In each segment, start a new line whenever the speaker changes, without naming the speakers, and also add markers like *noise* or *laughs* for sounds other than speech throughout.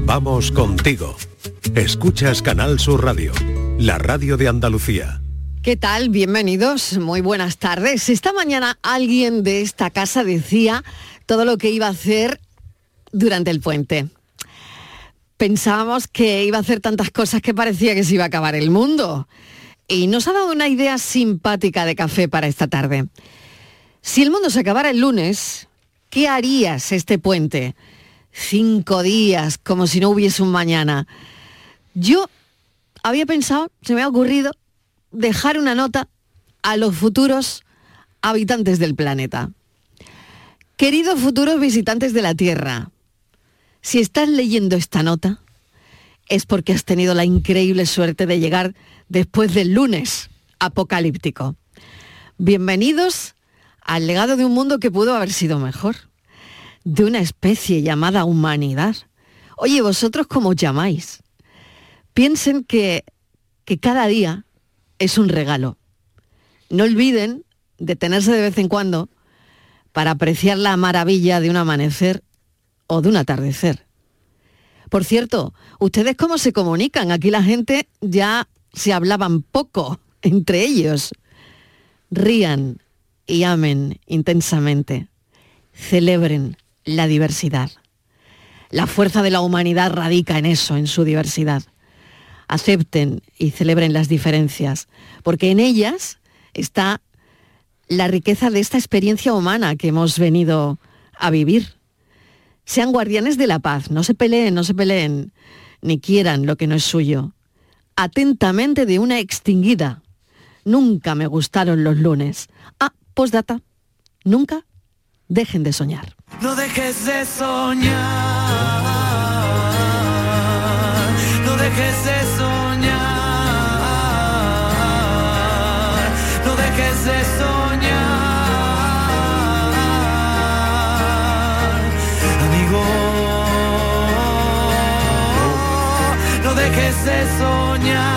Vamos contigo. Escuchas Canal Sur Radio, la radio de Andalucía.
¿Qué tal? Bienvenidos, muy buenas tardes. Esta mañana alguien de esta casa decía todo lo que iba a hacer durante el puente. Pensábamos que iba a hacer tantas cosas que parecía que se iba a acabar el mundo. Y nos ha dado una idea simpática de café para esta tarde. Si el mundo se acabara el lunes, ¿qué harías este puente? Cinco días, como si no hubiese un mañana. Yo había pensado, se me ha ocurrido, dejar una nota a los futuros habitantes del planeta. Queridos futuros visitantes de la Tierra, si estás leyendo esta nota, es porque has tenido la increíble suerte de llegar después del lunes apocalíptico. Bienvenidos al legado de un mundo que pudo haber sido mejor, de una especie llamada humanidad. Oye, vosotros cómo os llamáis? Piensen que, que cada día es un regalo. No olviden detenerse de vez en cuando para apreciar la maravilla de un amanecer o de un atardecer. Por cierto, ¿ustedes cómo se comunican? Aquí la gente ya se hablaban poco *laughs* entre ellos. Rían y amen intensamente. Celebren la diversidad. La fuerza de la humanidad radica en eso, en su diversidad. Acepten y celebren las diferencias, porque en ellas está la riqueza de esta experiencia humana que hemos venido a vivir. Sean guardianes de la paz, no se peleen, no se peleen, ni quieran lo que no es suyo. Atentamente de una extinguida. Nunca me gustaron los lunes. Ah, postdata. Nunca dejen de soñar.
No dejes de soñar. No dejes de soñar. No dejes de soñar. Amigo. No dejes de soñar.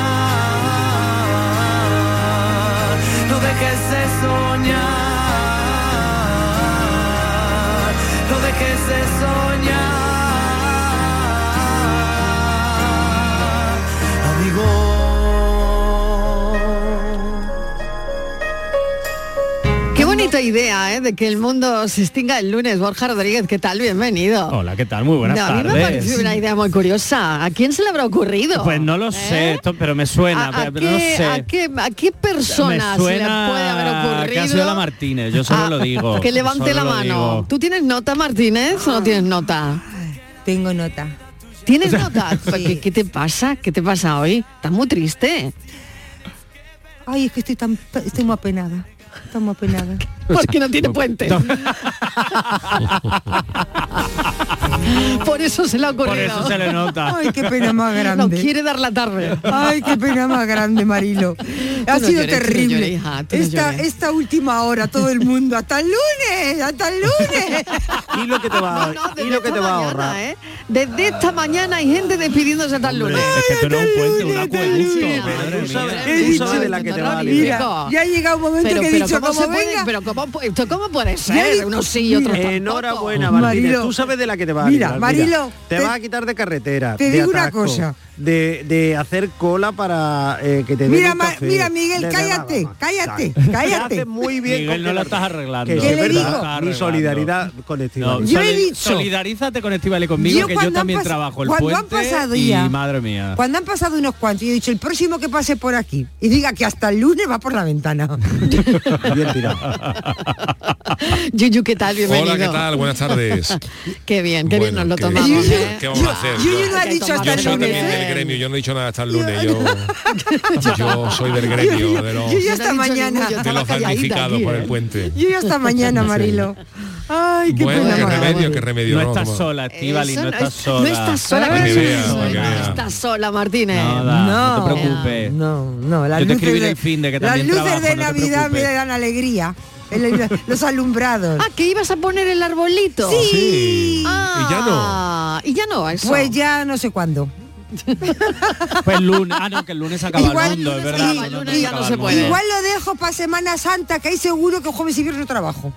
No dejes de soñar. No dejes de soñar. Amigo.
Qué bonita idea, ¿eh? De que el mundo se extinga el lunes. Borja Rodríguez, ¿qué tal? Bienvenido.
Hola, ¿qué tal? Muy buenas
No, a mí me ha
tardes.
parecido una idea muy curiosa. ¿A quién se le habrá ocurrido?
Pues no lo sé, esto, pero me
¿Eh?
suena,
¿A, a
Pues, pero no
qué,
sé.
a qué- a qué persona
me
se le puede
suena
haber
que ha sido la
ocurrido
Martínez, yo solo
Ah,
lo digo.
que levante la
solo lo
mano?
digo.
¿Tú tienes nota, Martínez, o no tienes nota?
Tengo nota.
¿Tienes
*laughs*
nota? ¿Qué, qué te pasa? ¿Qué te pasa hoy? Estás muy triste.
Ay, es que estoy tan estoy muy apenada. Estoy muy apenada.
Porque no tiene puente. *laughs* Por eso se le ha ocurrido.
Por eso se le nota.
Ay, qué pena más
No
grande.
quiere dar la tarde.
Ay, qué pena más grande, Marilo. Ha
Tú no
sido
llores, tú no
terrible.
llores, hija, tú no
esta,
llores.
esta última hora, todo el mundo, hasta el lunes, hasta el lunes.
Y lo que te va, a-
No, desde
y lo que
esta
te va a
mañana,
ahorrar.
¿eh? Desde esta mañana hay gente despidiéndose hasta el
Hombre,
lunes.
es que esto no es un puente, un
lunes,
Pero
acueducto. madre
tú sabes-
mía.
tú
He
sabes
dicho,
de la que te va a
Manolo,
librar.
Mira,
Diego.
ya ha llegado un momento
Pero,
que he
pero
dicho,
¿cómo
como
se puede,
venga,
pero ¿cómo, pu- esto cómo puede ser?
digo-
Unos sí y otros tampoco.
"Mm,
Pues
Enhorabuena, Martínez.
Marilo,
tú sabes de la que te va a
mira,
librar.
Marilo,
te,
te-
vas a quitar de carretera.
te
de
digo una
atasco,
cosa.
De, de hacer cola para eh, que te den
Mira,
un
Ma-
café.
mira, Miguel,
De verdad,
cállate,
vamos. *laughs*
cállate,
Te
cállate.
hace muy bien
Miguel, no
congelarte.
la estás arreglando.
Que
¿Qué
es
le
verdad,
digo?
Mi solidaridad colectiva.
No,
Yo he
soli-
dicho-
Solidarízate con Estivali conmigo,
Yo
que yo
cuando han
también
pas-
trabajo el
cuando
puente.
han pasado
y
ya-
madre mía.
Cuando han pasado unos cuantos, yo he dicho, el próximo que pase por aquí y diga que hasta el lunes va por la ventana.
*laughs* Bien tirado.
Yuyu, ¿qué tal? Bienvenido.
Hola, ¿qué tal? Buenas tardes.
*laughs* Qué bien, qué bien
Bueno,
nos lo
¿qué-
tomamos.
Yuyu,
¿eh?
¿Qué vamos a hacer?
Yuyu
Yo-
no ha
Hay que
dicho hasta
Yo
tomar
el
soy
también
lunes.
también
¿eh? *laughs*
del
¿eh?
gremio, yo no he dicho nada hasta el lunes. Yo, yo soy del gremio, de los,
Yo ya hasta
No he dicho
mañana.
ningún, yo
de
estaba
los
calladita
damnificados
aquí,
por
¿eh?
el puente.
Yo ya
*laughs*
hasta mañana, Marilo. Ay, qué
Bueno,
pena
qué
más grande.
remedio, qué remedio.
No
¿no?
estás
Como-
sola, Estivali,
Eso
no estás sola.
No estás sola.
Para que
Consuelo,
veas, para que
no
veas.
estás sola, Martínez.
Nada, no, te
No.
preocupes.
No, no, las
Yo te
luces
escribiré
de,
el fin de que
las
también
luces
trabajo,
de
no te
Navidad me
preocupes.
dan alegría. El- los alumbrados.
*laughs* Ah, que ibas a poner el arbolito.
Sí.
Sí. Y ya no.
Ah, Y ya no, eso.
Pues ya no sé cuándo.
Pues el lunes. Ah, no, que el lunes se acaba el mundo, es verdad.
y-
el lunes
y-
acaba el mundo.
Igual lo dejo para Semana Santa, que ahí seguro que jueves y viernes no trabajo.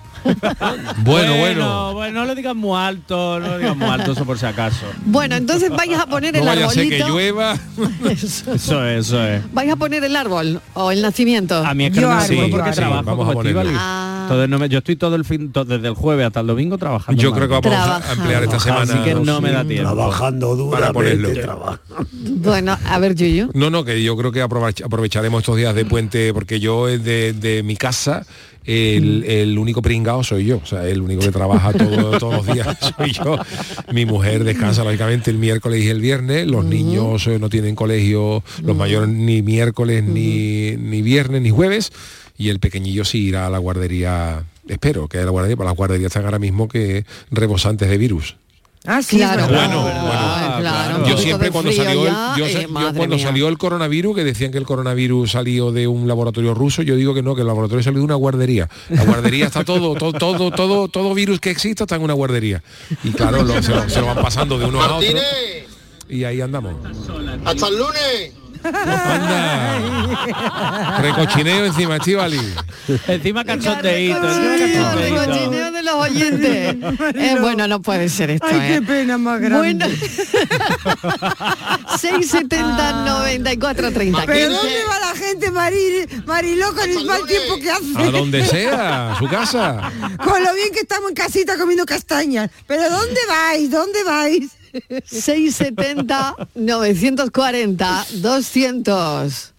Bueno,
bueno. Bueno, no lo digas muy alto, no lo digas muy alto, eso por si acaso.
Bueno, entonces vais a poner el
No vaya a ser
arbolito.
que
llueva.
*laughs* Eso.
Eso es, eso es.
Vais a poner el árbol o el nacimiento.
A mí es que no me acuerdo porque trabajo
vamos
como
a ponerlo.
Estíbaliz.
Ah.
Entonces no me- yo estoy todo el fin, to- desde el jueves hasta el domingo trabajando.
Yo creo que vamos a Trabajando. ampliar esta semana.
Así que no me da
Sí,
tiempo.
trabajando para ponerlo.
Ah, Bueno, a ver, Yuyu.
No, no, que yo creo que aprovech- aprovecharemos estos días de puente, porque yo eh, de, de mi casa, el, el único pringado soy yo, o sea, el único que trabaja todo- todos los días soy yo. Mi mujer descansa, lógicamente, el miércoles y el viernes, los niños eh, no tienen colegio, los mayores ni miércoles, ni, ni viernes, ni jueves, y el pequeñillo sí irá a la guardería, espero que a la guardería, porque las guarderías están ahora mismo que rebosantes de virus.
Ah, sí,
claro.
Bueno,
Ah,
bueno.
claro, un
yo
poquito
siempre
de
cuando
frío
salió
ya,
el, yo
eh,
sa- yo
madre
cuando
mía.
salió el coronavirus que decían que el coronavirus salió de un laboratorio ruso, yo digo que no, que el laboratorio salió de una guardería. La guardería está todo, todo, todo, todo, todo virus que exista está en una guardería. Y claro, lo- se, lo, se lo van pasando de uno a otro. Y ahí andamos.
¡Hasta el lunes!
Recochineo encima, Estivali.
Encima cachondeíto. encima
Digo,
Ah.
cachondeíto.
chineo de los
*laughs*
oyentes. Eh, bueno, no puede ser esto.
Ay, qué
eh.
pena más grande. *laughs*
Bueno. 670 94 30.
Ah. ¿Pero dónde va la gente, Mari, Mariló, con el mal tiempo
eh.
que hace?
A donde sea, a su casa.
*laughs* Con lo bien que estamos en casita comiendo castañas.
*laughs*
¿Pero dónde vais? ¿Dónde vais?
670 940 200.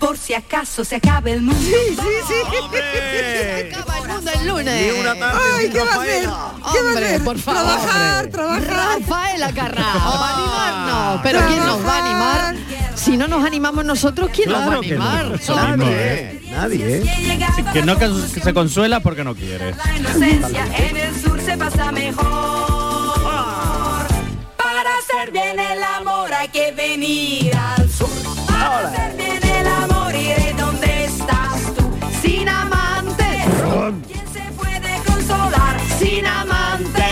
Por si acaso se acabe el mundo.
Sí, sí, sí.
Acaba el mundo el lunes.
Ay, ¿qué va a hacer? ¿Qué va a
Hombre,
hacer?
por favor.
Trabajar, trabajar.
Rafaela Carrá, va a animarnos. Pero ¿quién nos va a animar? Si no nos animamos nosotros, ¿quién
Claro
nos
que
va a
no.
animar?
Eso mismo, ¿eh?
Eh, Nadie, ¿eh?
Que no cons- que se consuela porque no quiere.
La inocencia en el sur se pasa mejor. Para hacer bien el amor hay que venir al sur. Para hacer bien el amor iré donde estás tú. Sin amante. ¿Quién se puede consolar? Sin amante.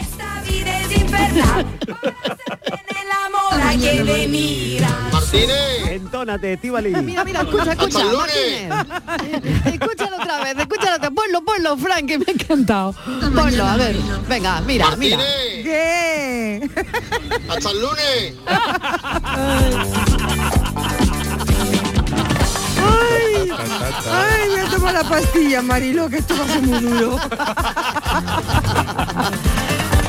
Esta vida es
*laughs*
infernal. Para hacer bien el amor hay que venir al
¡Martínez!
Entónate, Estivali.
Mira, mira, escucha, escucha,
Hasta el
Martínez. Escúchalo otra vez, escúchalo otra vez. Ponlo, ponlo, Frank, que me ha encantado. Ponlo, a ver. Venga, mira, mira.
¡Martínez!
¿Qué?
¡Hasta el lunes!
Ay, ay, me tomo la pastilla, Mariló, que esto va a ser muy duro.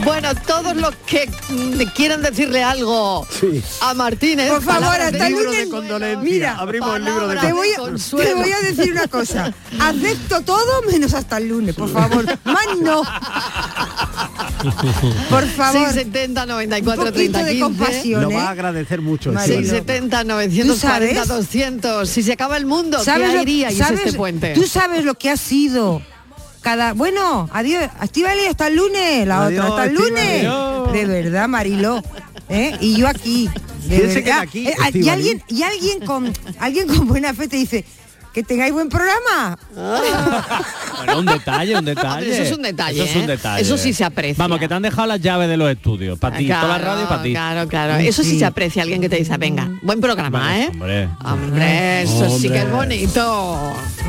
Bueno, todos los que mm, quieran decirle algo
Sí.
a Martínez.
Por favor,
palabras
hasta el
consuelo,
lunes. Mira,
Mira, abrimos el libro de
palabras
Te voy, a,
consuelo.
te voy a decir una cosa. Acepto todo menos hasta el lunes,
*laughs*
por favor. Más no. Por favor.
670
Un
94
poquito
30
de
15.
compasión,
Lo va a
¿eh?
agradecer mucho.
Vale.
Estíbaliz.
670
sabes?
940 200. Si se acaba el mundo, ¿qué
lo-
alegría y es
sabes-
este puente?
Tú sabes lo que ha sido. Cada, bueno, adiós, Estivali, hasta el lunes, la
Adiós,
otra, hasta el
Estíbaliz.
lunes.
Adiós.
De verdad, Marilo. ¿eh? Y yo aquí. De
¿Quién se
verdad.
queda aquí,
Eh, ah, y
Estíbaliz?
alguien, y alguien con alguien con buena fe te dice, que tengáis buen programa.
Bueno, un detalle, un
Ah,
detalle.
pero eso es un detalle,
Eso es un
¿eh?
detalle.
Eso sí se aprecia.
Vamos, que te han dejado las llaves de los estudios. Para ti, toda la radio y para ti.
Claro, claro. Eso sí,
sí.
se aprecia alguien que te dice, venga, buen programa, ¿eh?
Hombre.
Hombre, eso sí que es bonito.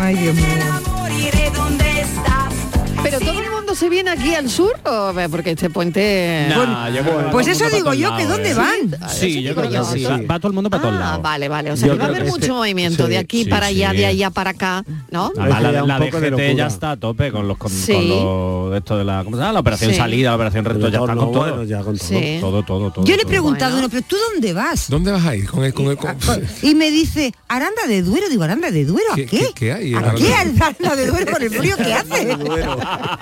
Ay, Dios mío.
amor iré donde estás tú.
Pero todo el mundo se viene aquí al sur, ¿o? porque este puente...
Nah, yo creo que va
Pues
todo el
eso
mundo para
digo
todos
yo, que
lados,
¿dónde
¿eh?
van?
Ah, eso
Sí, yo
digo
creo que sí.
eso.
Va, va todo el mundo para todos
Ah,
lados.
vale, vale. O sea,
Yo
que va a
creo
haber
que
mucho
sí.
movimiento de
Sí,
aquí
este sí,
para allá,
sí.
de allá para acá, ¿no?
Además, la,
Ahí da un
la
poco de
DGT ya
locura.
está a tope con los con,
Sí.
con los- esto de la ¿cómo se llama? la operación
Sí.
salida, la operación resto ya está
Retorno,
con todo.
bueno, ya con todo.
Sí.
Todo, todo, todo.
Yo le he
todo.
preguntado
Bueno.
a uno, pero ¿tú dónde vas?
¿Dónde vas a ir? Con el, con el, con-
Y me dice, Aranda de Duero, digo, Aranda de Duero, ¿a qué?
¿Qué- qué- qué hay en
¿A
Aranda
qué
de Duero?
Aranda de Duero con el frío que hace? *laughs*
Bueno.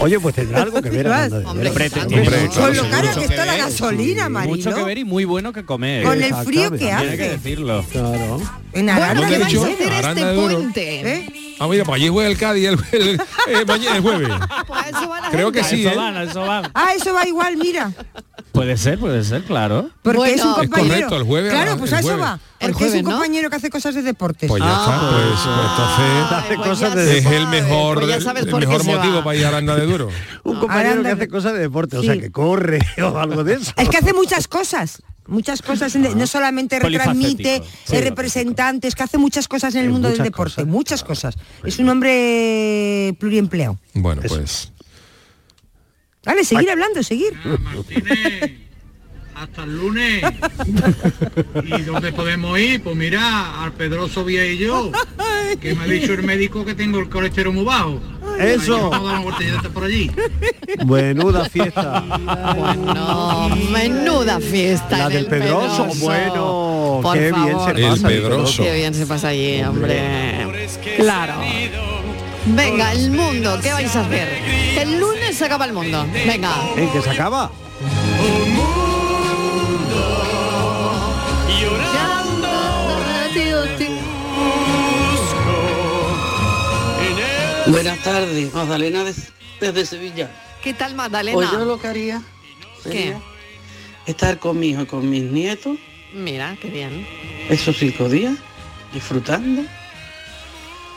Oye, pues tendrá algo que ver.
Vas.
hablando de-
Hombre,
Hombre,
está-
tiene
Hombre,
mucho-
claro,
Con lo cara
mucho
que
que
está la
ver,
gasolina,
mucho que
Marilo.
ver y muy bueno que comer.
Con el
Exactamente.
frío que
Tiene que
hace.
decirlo.
Claro.
En
Bueno,
Aranda
¿Dónde
¿qué
de
has
vais
dicho?
a
Duero.
hacer
Aranda
este
de Duero.
puente?
¿Eh?
Ah, mira, pues allí juega el Cádiz el, el- eh, mañana, el jueves.
Pues a eso va la
Creo que
gente.
sí,
eso
¿eh?
van, eso van.
Ah, eso va igual, mira.
Puede ser, puede ser, claro.
Porque
Bueno.
es un
Es
compañero.
correcto, el jueves,
claro,
el
pues a eso
jueves.
va.
El
Porque es
jueves,
un
¿no?
compañero que hace cosas de deportes. Ah.
Pues ya está, pues, pues entonces...
Ah.
Ay, pues
cosas
ya
de-
se
es
sabe,
el mejor,
pues ya
el-
sabes
el
por qué
mejor
se
motivo
va.
para ir a Aranda de Duro.
Un compañero
Aranda
que
de-
hace cosas de deporte, *laughs* o
*laughs*
Sí.
sea, que corre o algo de eso.
Es que hace muchas cosas. muchas cosas,
Ah.
en- no solamente retransmite
Polifacético.
eh, representantes, que hace muchas cosas en el mundo del
muchas
deporte, muchas cosas. Es un hombre pluriempleado.
Bueno, pues.
Vale, seguir hablando, seguir.
Hasta el lunes. ¿Y dónde podemos ir? Pues mira, al Pedroso Vía y yo, que me ha dicho el médico que tengo el colesterol muy bajo.
Eso.
Vamos a dar una vueltecita por allí.
Menuda fiesta.
No, menuda fiesta.
La
en
del
el
Pedroso. Bueno,
Por
qué bien
favor.
se El pasa en el Pedroso.
Qué bien se pasa allí, hombre. Claro. Venga, el mundo, ¿qué vais a hacer? Que El lunes se acaba el mundo. Venga.
¿En que se acaba?
Buenas tardes, Magdalena des- desde Sevilla.
¿Qué tal,
Pues yo
Magdalena?
lo que haría
¿Qué?
sería estar con mi hijo y con mis nietos
Mira, qué bien.
esos cinco días, disfrutando,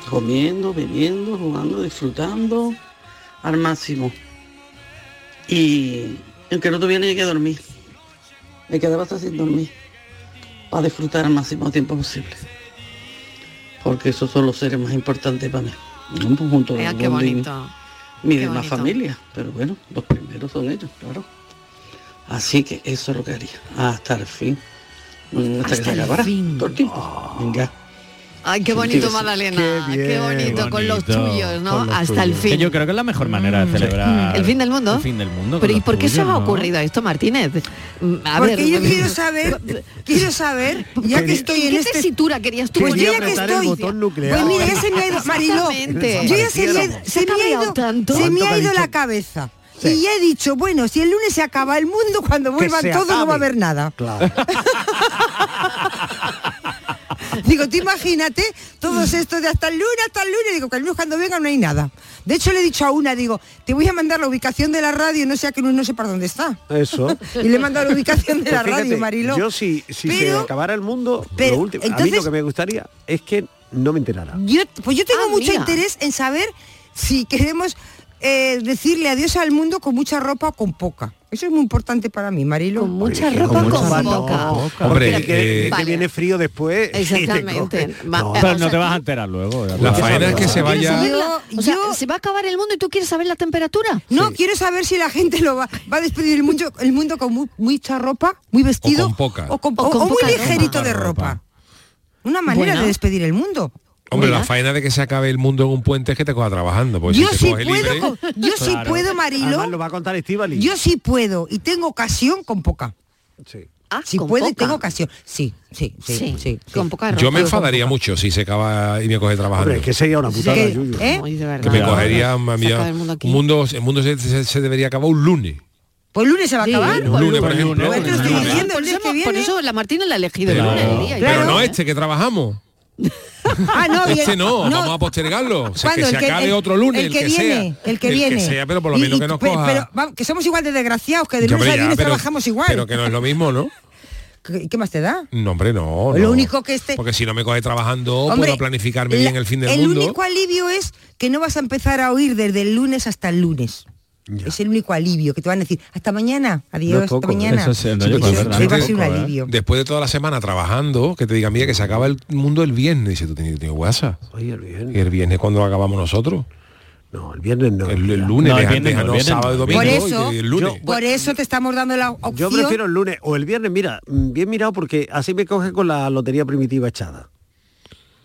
comiendo, bebiendo, jugando, disfrutando al máximo. Y aunque no tuviera ni que dormir, me quedaba hasta sin dormir, para disfrutar al máximo tiempo posible. Porque esos son los seres más importantes para mí. Un conjunto de
Mira, qué
mundo y-
bonito.
mi
Qué
demás
bonito.
familia, pero bueno, los primeros son ellos, claro. Así que eso es lo que haría, hasta el fin, Mm, hasta, que se
Hasta el
acabara,
fin.
todo el tiempo. Venga.
Ay, qué
Sí,
bonito,
sí.
Magdalena. Qué, bonito, con los
Bonito,
tuyos, ¿no?
con los
Hasta el
tuyos.
fin. Mm.
Que yo creo que es la mejor manera de celebrar.
¿El fin del mundo?
El fin del mundo.
Pero
con
¿y
los
por qué se os
tuyos,
ha
¿no?
ocurrido esto, Martínez? Mm, A
Porque
ver, *laughs*
yo quiero saber, quiero saber, ya que
Quería-
estoy en
¿Qué
este...
tesitura querías tú?
Pues yo
Quería
ya que
apretar el
estoy...
botón nuclear.
Pues mira, ya se me ha ido... Mariló,
Exactamente.
yo ya se me, ha-
Se ha
se me ha
cabreado
ido,
tanto.
se me
Tanto que
ha
ha
ido
dicho-
la cabeza. Y ya he dicho, bueno, si el lunes se acaba el mundo, cuando vuelvan
se
todos no va
acabe.
a haber nada.
Claro.
Digo, tú imagínate todos estos de hasta el lunes, hasta el lunes. Digo, que el lunes cuando venga no hay nada. De hecho, le he dicho a una, digo, te voy a mandar la ubicación de la radio, no sea que no, no sepa dónde está.
Eso.
*laughs* Y le he mandado la ubicación de la
Pues fíjate,
radio, Mariló.
Yo si, si
Pero-
se acabara el mundo,
pero,
lo último, a mí
entonces-
lo que me gustaría es que no me enterara.
Yo- pues yo tengo
Ah,
mucho
mira.
interés en saber si queremos eh, decirle adiós al mundo con mucha ropa o con poca. Eso es muy importante para mí, Marilo. Con
mucha ropa o con poca.
Hombre,
Porque que,
eh,
que
Vale.
viene frío después. *laughs* y te
*laughs* Exactamente.
coge.
Ma-
No,
eh,
pero
o
no
sea,
te vas a enterar luego. de
La
alguna
faena
cosa.
es que se
¿quieres
vaya-
saber la- o sea, se va a acabar el mundo y tú quieres saber la temperatura.
No, quiero saber si la gente lo va, va a despedir el mundo, el mundo con mu- mucha ropa, muy vestido.
con poca.
O, con-
O
o-
con
o
poca
muy
ropa.
ligerito de ropa. Una manera
Bueno.
de despedir el mundo.
Hombre, la faena de que se acabe el mundo en un puente es que te coja trabajando. Pues
Yo
si te
sí
coge
puedo
libre-
con- *laughs* yo sí Claro. puedo, Marilo.
Además, lo va a contar Estivali.
Yo sí puedo y tengo ocasión con poca.
Sí.
si
con
puedo y
poca.
tengo ocasión. Sí, sí, sí, Ah, sí. ¿Eh? Con poca
Yo me enfadaría mucho si se acaba y me coge trabajando.
Hombre, es que sería una putada, Sí. Yuyu.
¿Eh?
Que me
Claro.
cogería ma-
Se acaba
mía,
el mundo aquí.
un mundo, el mundo se, se- se debería acabar un lunes.
Pues lunes se va a acabar.
Un lunes, por ejemplo.
Pues te lo estoy
Un lunes.
Ah,
diciendo,
Por
el
eso,
mes que
por
viene.
eso la Martina la ha elegido.
Pero,
el día y
pero
todo.
no este que trabajamos.
Ah,
*laughs*
no, y el-
este no,
no.
vamos a postergarlo. O sea, que
¿Cuándo?
se
El que-
acabe
el-
otro lunes,
el que, viene,
sea.
el que viene.
sea, pero por lo
Y-
menos
y-
que nos
pero-
coja.
pero, vamos, que somos igual de desgraciados, que de
Ya,
lunes
hombre,
a
ya,
viernes
pero-
trabajamos igual.
Pero que no es lo mismo, ¿no?
¿Qué, qué más te da?
No, hombre, no.
Lo
no.
único que este-
Porque si no me coge trabajando,
Hombre,
puedo planificarme
la-
bien el fin del mundo.
único alivio es que no vas a empezar a oír desde el lunes hasta el lunes. Es el único alivio que te van a decir hasta mañana, adiós, hasta mañana.
Eso sí, no, yo
Eso-
creo que
eso
es verdad.
va a ser un alivio.
Después de toda la semana trabajando, que te diga, mira, que se acaba el mundo el viernes. Dice, tú tienes tienes WhatsApp.
Oye, el viernes.
¿Y el viernes cuando acabamos nosotros?
No, el viernes no.
El, lunes,
No, el
deja-
viernes no, el
déjanos
viernes
sábado y
no.
domingo
Por
y-
eso,
y el lunes.
por eso te estamos dando la
Yo
opción.
prefiero el lunes o el viernes, mira, mm, bien mirado porque así me coge con la lotería primitiva
*laughs*
echada.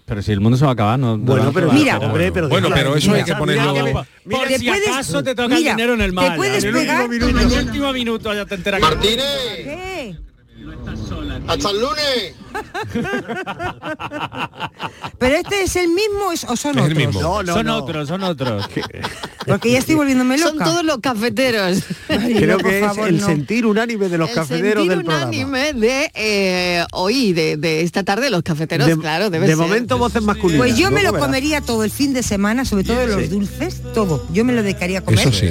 Pero si el mundo se va a acabar, no. no
Bueno,
va a
pero
acabar.
mira, hombre, pero
bueno,
déjala,
pero eso
mira,
hay que
mira,
ponerlo.
mira,
Por
mira,
si
te puedes-
acaso te toca
mira,
el dinero en el
te
mal.
puedes
en el último
pegar
minuto, en el último minuto ya te enteras. que-
Hasta el lunes.
Pero este es el mismo es- o son otros.
son otros, son otros. Eh,
Porque ya estoy volviéndome loca. Pues
Son todos los cafeteros.
Creo que es el sentir unánime de los
El
cafeteros
sentir
del programa.
unánime de eh, hoy, de, de esta tarde, los cafeteros,
De-
claro, debe
de
ser.
momento voces masculinas.
Pues yo me
Luego
lo
verás.
comería todo el fin de semana, sobre todo los dulces, todo. Yo me lo dedicaría a comer.
Eso sí.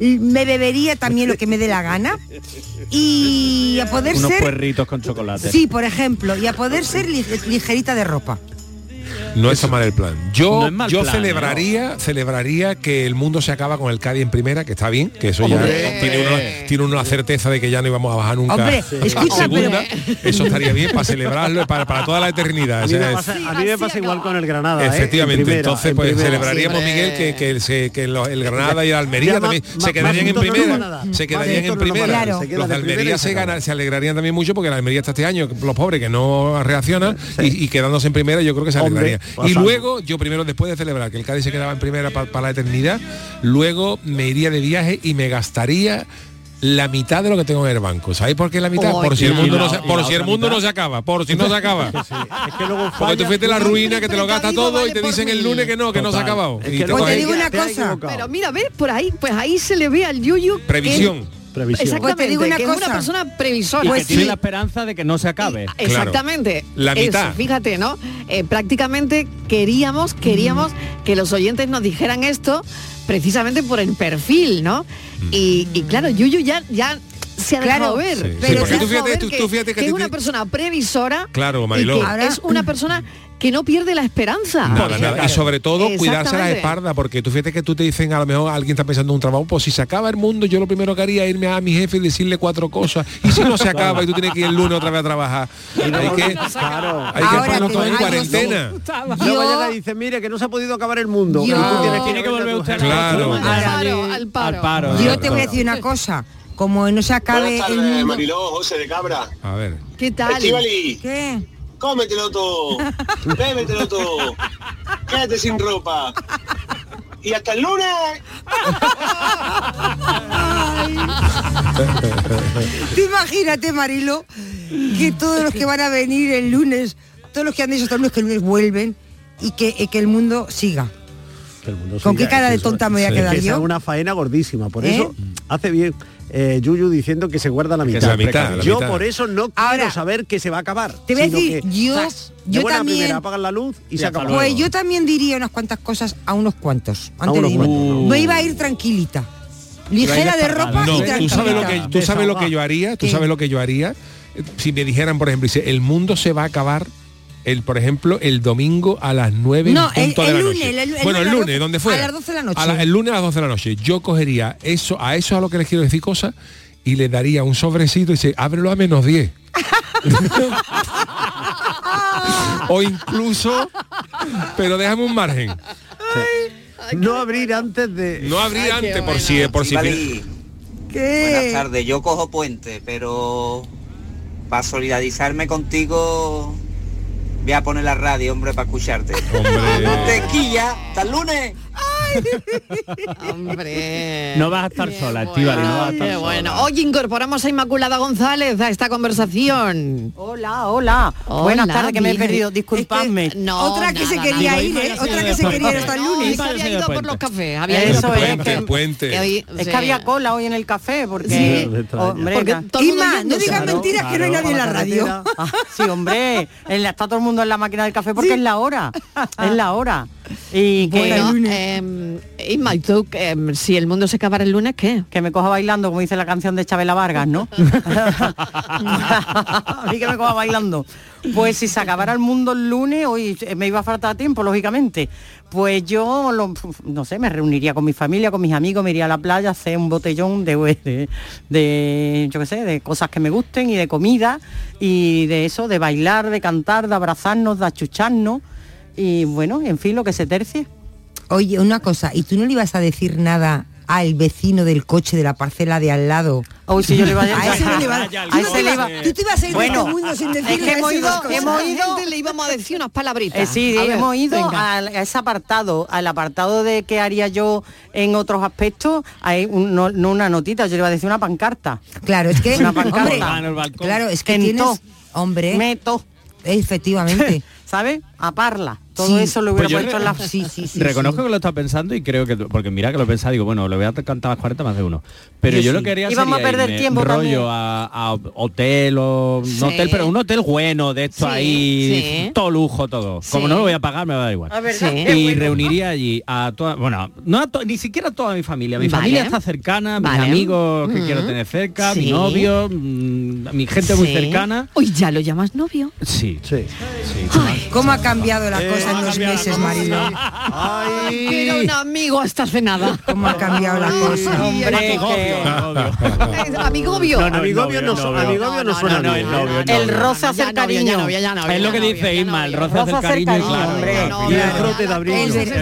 L- Me bebería también lo que me dé la gana. Y a poder
Unos
ser.
puerritos con chocolate.
Sí, por ejemplo, y a poder ser li- ligerita de ropa.
No está mal el plan. Yo,
No es mal
yo
plan,
celebraría, celebraría que el mundo se acaba con el Cádiz en primera, que está bien, que eso ya
Hombre.
tiene una, tiene una certeza de que ya no íbamos a bajar nunca Ah,
Hombre,
a
escucha,
segunda.
pero-
Eso estaría bien para celebrarlo para, para toda la eternidad.
A
o
mí
sea,
me
es-
pasa, a mí me pasa igual con el Granada. ¿eh? En
Efectivamente,
primera,
entonces
en
pues
primera.
celebraríamos, Miguel, que, que se- que lo- el Granada y el Almería
Ya,
también
más-
se
más-
quedarían
más
en
juntos no nos
primera.
van a dar.
se
Más
quedarían en
juntos no nos van a
primera.
dar. Se queda
Los de
de primera y
Almería
se
se,
acabó.
ganan- se alegrarían también mucho porque el Almería está este año, los pobres que no reaccionan, y, y quedándose en primera yo creo que se
Hombre,
alegrarían.
pues
y
algo.
luego, yo primero después de celebrar que el Cádiz se quedaba en primera pa- para la eternidad, luego me iría de viaje y me gastaría la mitad de lo que tengo en el banco. ¿Sabéis por qué la mitad?
Oh,
por si
y
el
la-
mundo,
y
no
la-
se,
y
por
la
si el
otra
mundo no
mitad.
se acaba, por si no se
*laughs*
acaba.
Es que luego
Porque tú
falla-
fuiste la ruina que te lo gasta todo y te dicen el lunes que no, que no se ha
Total.
acabado.
Es
Y
que
te
luego
vas
te
ahí.
digo
una
te has
cosa.
equivocado.
Pero mira, ¿ves? Por ahí, pues ahí se le ve al Yuyu. que-
Previsión.
Previsión.
Exactamente,
Pues te digo una
que es
cosa.
una persona
Y
previsora. Pues
que tiene pues la esperanza de que no se acabe.
Exactamente.
La
Eso,
mitad.
fíjate, ¿no? Eh, prácticamente queríamos, queríamos que los oyentes nos dijeran esto precisamente por el perfil, ¿no? Y, y claro, Yuyu ya, ya se ha dejado
Claro.
ver.
Sí, sí,
pero
porque
se ha
tú
dejado
fíjate,
ver
tú-
que,
tú fíjate que
que es
te-
una persona previsora.
Claro,
y
Mariló.
que es una persona que no pierde la
Ah,
esperanza.
Nada, nada. Y sobre todo cuidarse las
Exactamente.
espaldas, porque tú fíjate que tú te dicen, a lo mejor alguien está pensando en un trabajo, pues si se acaba el mundo, yo lo primero que haría es irme a mi jefe y decirle cuatro cosas. Y si no se acaba y tú tienes que ir el lunes otra vez a trabajar. Hay que, hay que ponerlo todo en cuarentena.
Luego llega y dice, mire, que no se ha podido acabar el mundo.
Yo-
Y tú tienes que
Tiene que
volver usted
Claro.
al paro.
Yo te voy a decir una cosa. Como no se acabe
Buenas
el
tardes,
mundo.
Mariló, José de Cabra.
A ver.
¿Qué
Estivali,
¿Qué?
cómetelo
*laughs*
todo. Bébetelo todo. Quédate sin ropa. Y hasta el lunes.
Tú imagínate, Marilo, que todos los que van a venir el lunes, todos los que han dicho hasta el lunes que el lunes vuelven y que, y que el mundo siga.
Que el mundo
¿Con
siga,
qué cara
es que
de
eso-
tonta me voy a
es
quedar
que esa
yo?
Es una faena gordísima, por
¿Eh?
eso hace bien eh, Yuyu diciendo que se guarda la mitad.
la mitad, la
yo
mitad.
por eso no quiero saber que se va a acabar.
Te voy a
sino
decir,
que,
yo-
¡zas! de
yo
buena a
también-
primera, apagan la luz y, se acaba.
Pues yo también diría unas cuantas cosas a unos cuantos.
A
Antes
unos
de irme.
cuantos, no.
Me iba a ir tranquilita. Ligera de ropa
No,
y
tú sabes lo
tranquilita.
que tú sabes lo que yo haría, tú
¿Qué?
sabes lo que yo haría. Eh, Si me dijeran, por ejemplo, dice, el mundo se va a acabar. El, por ejemplo, el domingo a las 9 en
No, el-
punto de
el
la
lunes,
noche.
el- el
bueno, el
lunes a las
lunes,
doce-
donde fuera.
a las doce de la noche.
A el lunes a las 12 de la noche. Yo cogería eso, a eso a lo que les quiero decir cosas, y le daría un sobrecito y dice, ábrelo a menos
*laughs*
10. o incluso, pero déjame un margen.
No abrir antes de.
No abrir Ay, qué antes, por bueno. si- por si-
Estivali, Buenas
¿Qué?
tardes, yo cojo puente, pero para solidarizarme contigo voy a poner la radio, hombre, para escucharte.
*laughs*
No te quilla, hasta el lunes.
Hombre.
No vas a estar sola, Estivali, no vas a estar
Qué
sola.
bueno. Hoy incorporamos a Inmaculada González a esta conversación.
Hola, hola. Buenas tardes, que me he perdido. Disculpadme.
Otra que se quería ir, ¿eh? Otra que se quería ir hasta el lunes.
se había ido por los cafés. Había ido
Eso
por
es.
Puente, puente.
que- es que había cola hoy en el café
Sí.
porque,
No me extraña.
hombre,
Porque
na-
todo el mundo Inma, yéndose. no digas mentiras, que no hay nadie en la
por
radio.
carretera. Ah, *laughs* sí, hombre, en la- está todo el mundo en la máquina del café porque es la hora, es la hora. Y que
Bueno, eh, Inma, ¿y tú, eh, si el mundo se acabara el lunes, ¿qué?
Que me coja bailando, como dice la canción de Chabela
*laughs*
Vargas, ¿no? *laughs* a mí que me coja bailando. Pues si se acabara el mundo el lunes, hoy eh, me iba a faltar tiempo, lógicamente. Pues yo, lo- no sé, me reuniría con mi familia, con mis amigos, me iría a la playa, hacer un botellón de, de, de, yo qué sé, de cosas que me gusten y de comida y de eso, de bailar, de cantar, de abrazarnos, de achucharnos y bueno, en fin, lo que se tercie.
Oye, una cosa, ¿y tú no le ibas a decir nada al vecino del coche de la parcela de al lado?
Uy, si Oh, yo le iba a decir-
ese no
*laughs*
le iba *laughs* a-
Ya, ya,
tú no
ya,
te
ya.
ibas- Tú te ibas a ir
Bueno,
de este mundo sin
es
decirle
que hemos
esas
ido-
cosas.
hemos ido-
Gente, le íbamos a decir unas palabritas.
Eh, sí,
A ver,
hemos ido
venga.
al- a ese apartado, al apartado de qué haría yo en otros aspectos, hay un- no, no una notita, yo le iba a decir una pancarta.
Claro, es que
una pancarta.
hombre, claro, es que
En
tienes
todo.
hombre,
meto, *laughs*
efectivamente,
¿sabes? A parla. Todo
Sí.
eso lo hubiera
Pues yo
puesto en
re-
la
sí, sí, sí.
Reconozco que lo está pensando y creo que porque mira que lo pensaba digo bueno le voy a cantar las 40 más de uno pero yo,
Yo
lo
sí.
que haría
Y vamos
sería
a perder
irme
tiempo también.
rollo a, a hotel o un
Sí.
hotel pero un hotel bueno de esto
Sí,
ahí
sí.
todo lujo todo como
Sí.
no lo voy a pagar me va a dar igual
A ver, Sí. qué
y
bueno.
reuniría allí a toda bueno no a to- ni siquiera a toda mi familia mi
Vale.
familia está cercana mis
Vale.
amigos que
Mm.
quiero tener cerca mi
Sí.
novio mm, mi gente muy
Sí.
cercana
Uy, ya lo llamas novio.
sí sí,
¿Cómo ha cambiado la
Eh,
cosa? pasan los meses, Marilo.
Quiero un amigo hasta hace nada.
¿Cómo ha cambiado la cosa?
Amigobio.
No, no, amigobio no,
novio,
su- amigobio no suena
no,
a
el
novio.
novio, el
El
novio.
roce hace
Ya
el
novio, ya
cariño.
novio, ya novio,
Es lo
ya
que
novio,
dice
ya
Inma, el
novio.
roce hace el cariño, claro.
Y el frote de abril.
El ver-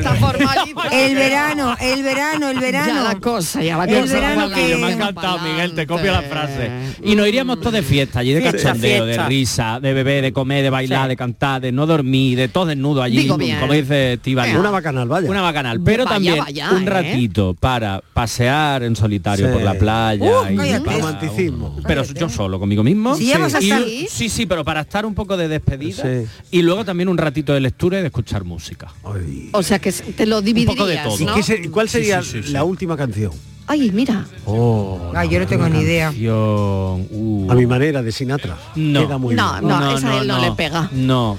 El verano, el verano, el verano.
Ya la cosa, ya la
El
cosa.
verano
Yo me ha
que...
encantado, Miguel, te copio la frase. Y nos iríamos todos de fiesta, allí de
Fiesta,
cachondeo, de
fiesta.
risa, de beber, de comer, de bailar, de cantar, de no dormir, de todo desnudo allí,
Digo bien.
como dice Estíbal.
Venga. Una
bacanal, vaya.
Una bacanal, pero
Vaya,
también
vaya,
un
¿eh?
ratito para pasear en solitario
Sí.
por la playa.
Uh,
y
cállate.
para-
Romanticismo.
Pero yo solo, conmigo mismo.
Si ya vas a
Y-
estar-
sí, sí, pero para estar un poco de despedida
Sí.
y luego también un ratito de lectura y de escuchar música.
O sea que te lo dividirías,
todo.
¿no?
¿Y qué se-
¿Y ¿Cuál
Sí,
sería
sí, sí,
la última canción?
Ay, mira.
Oh,
Ah, yo no tengo ni idea.
A mi manera, de Sinatra.
No.
Queda muy
No,
bien.
no, esa a él no le pega.
No.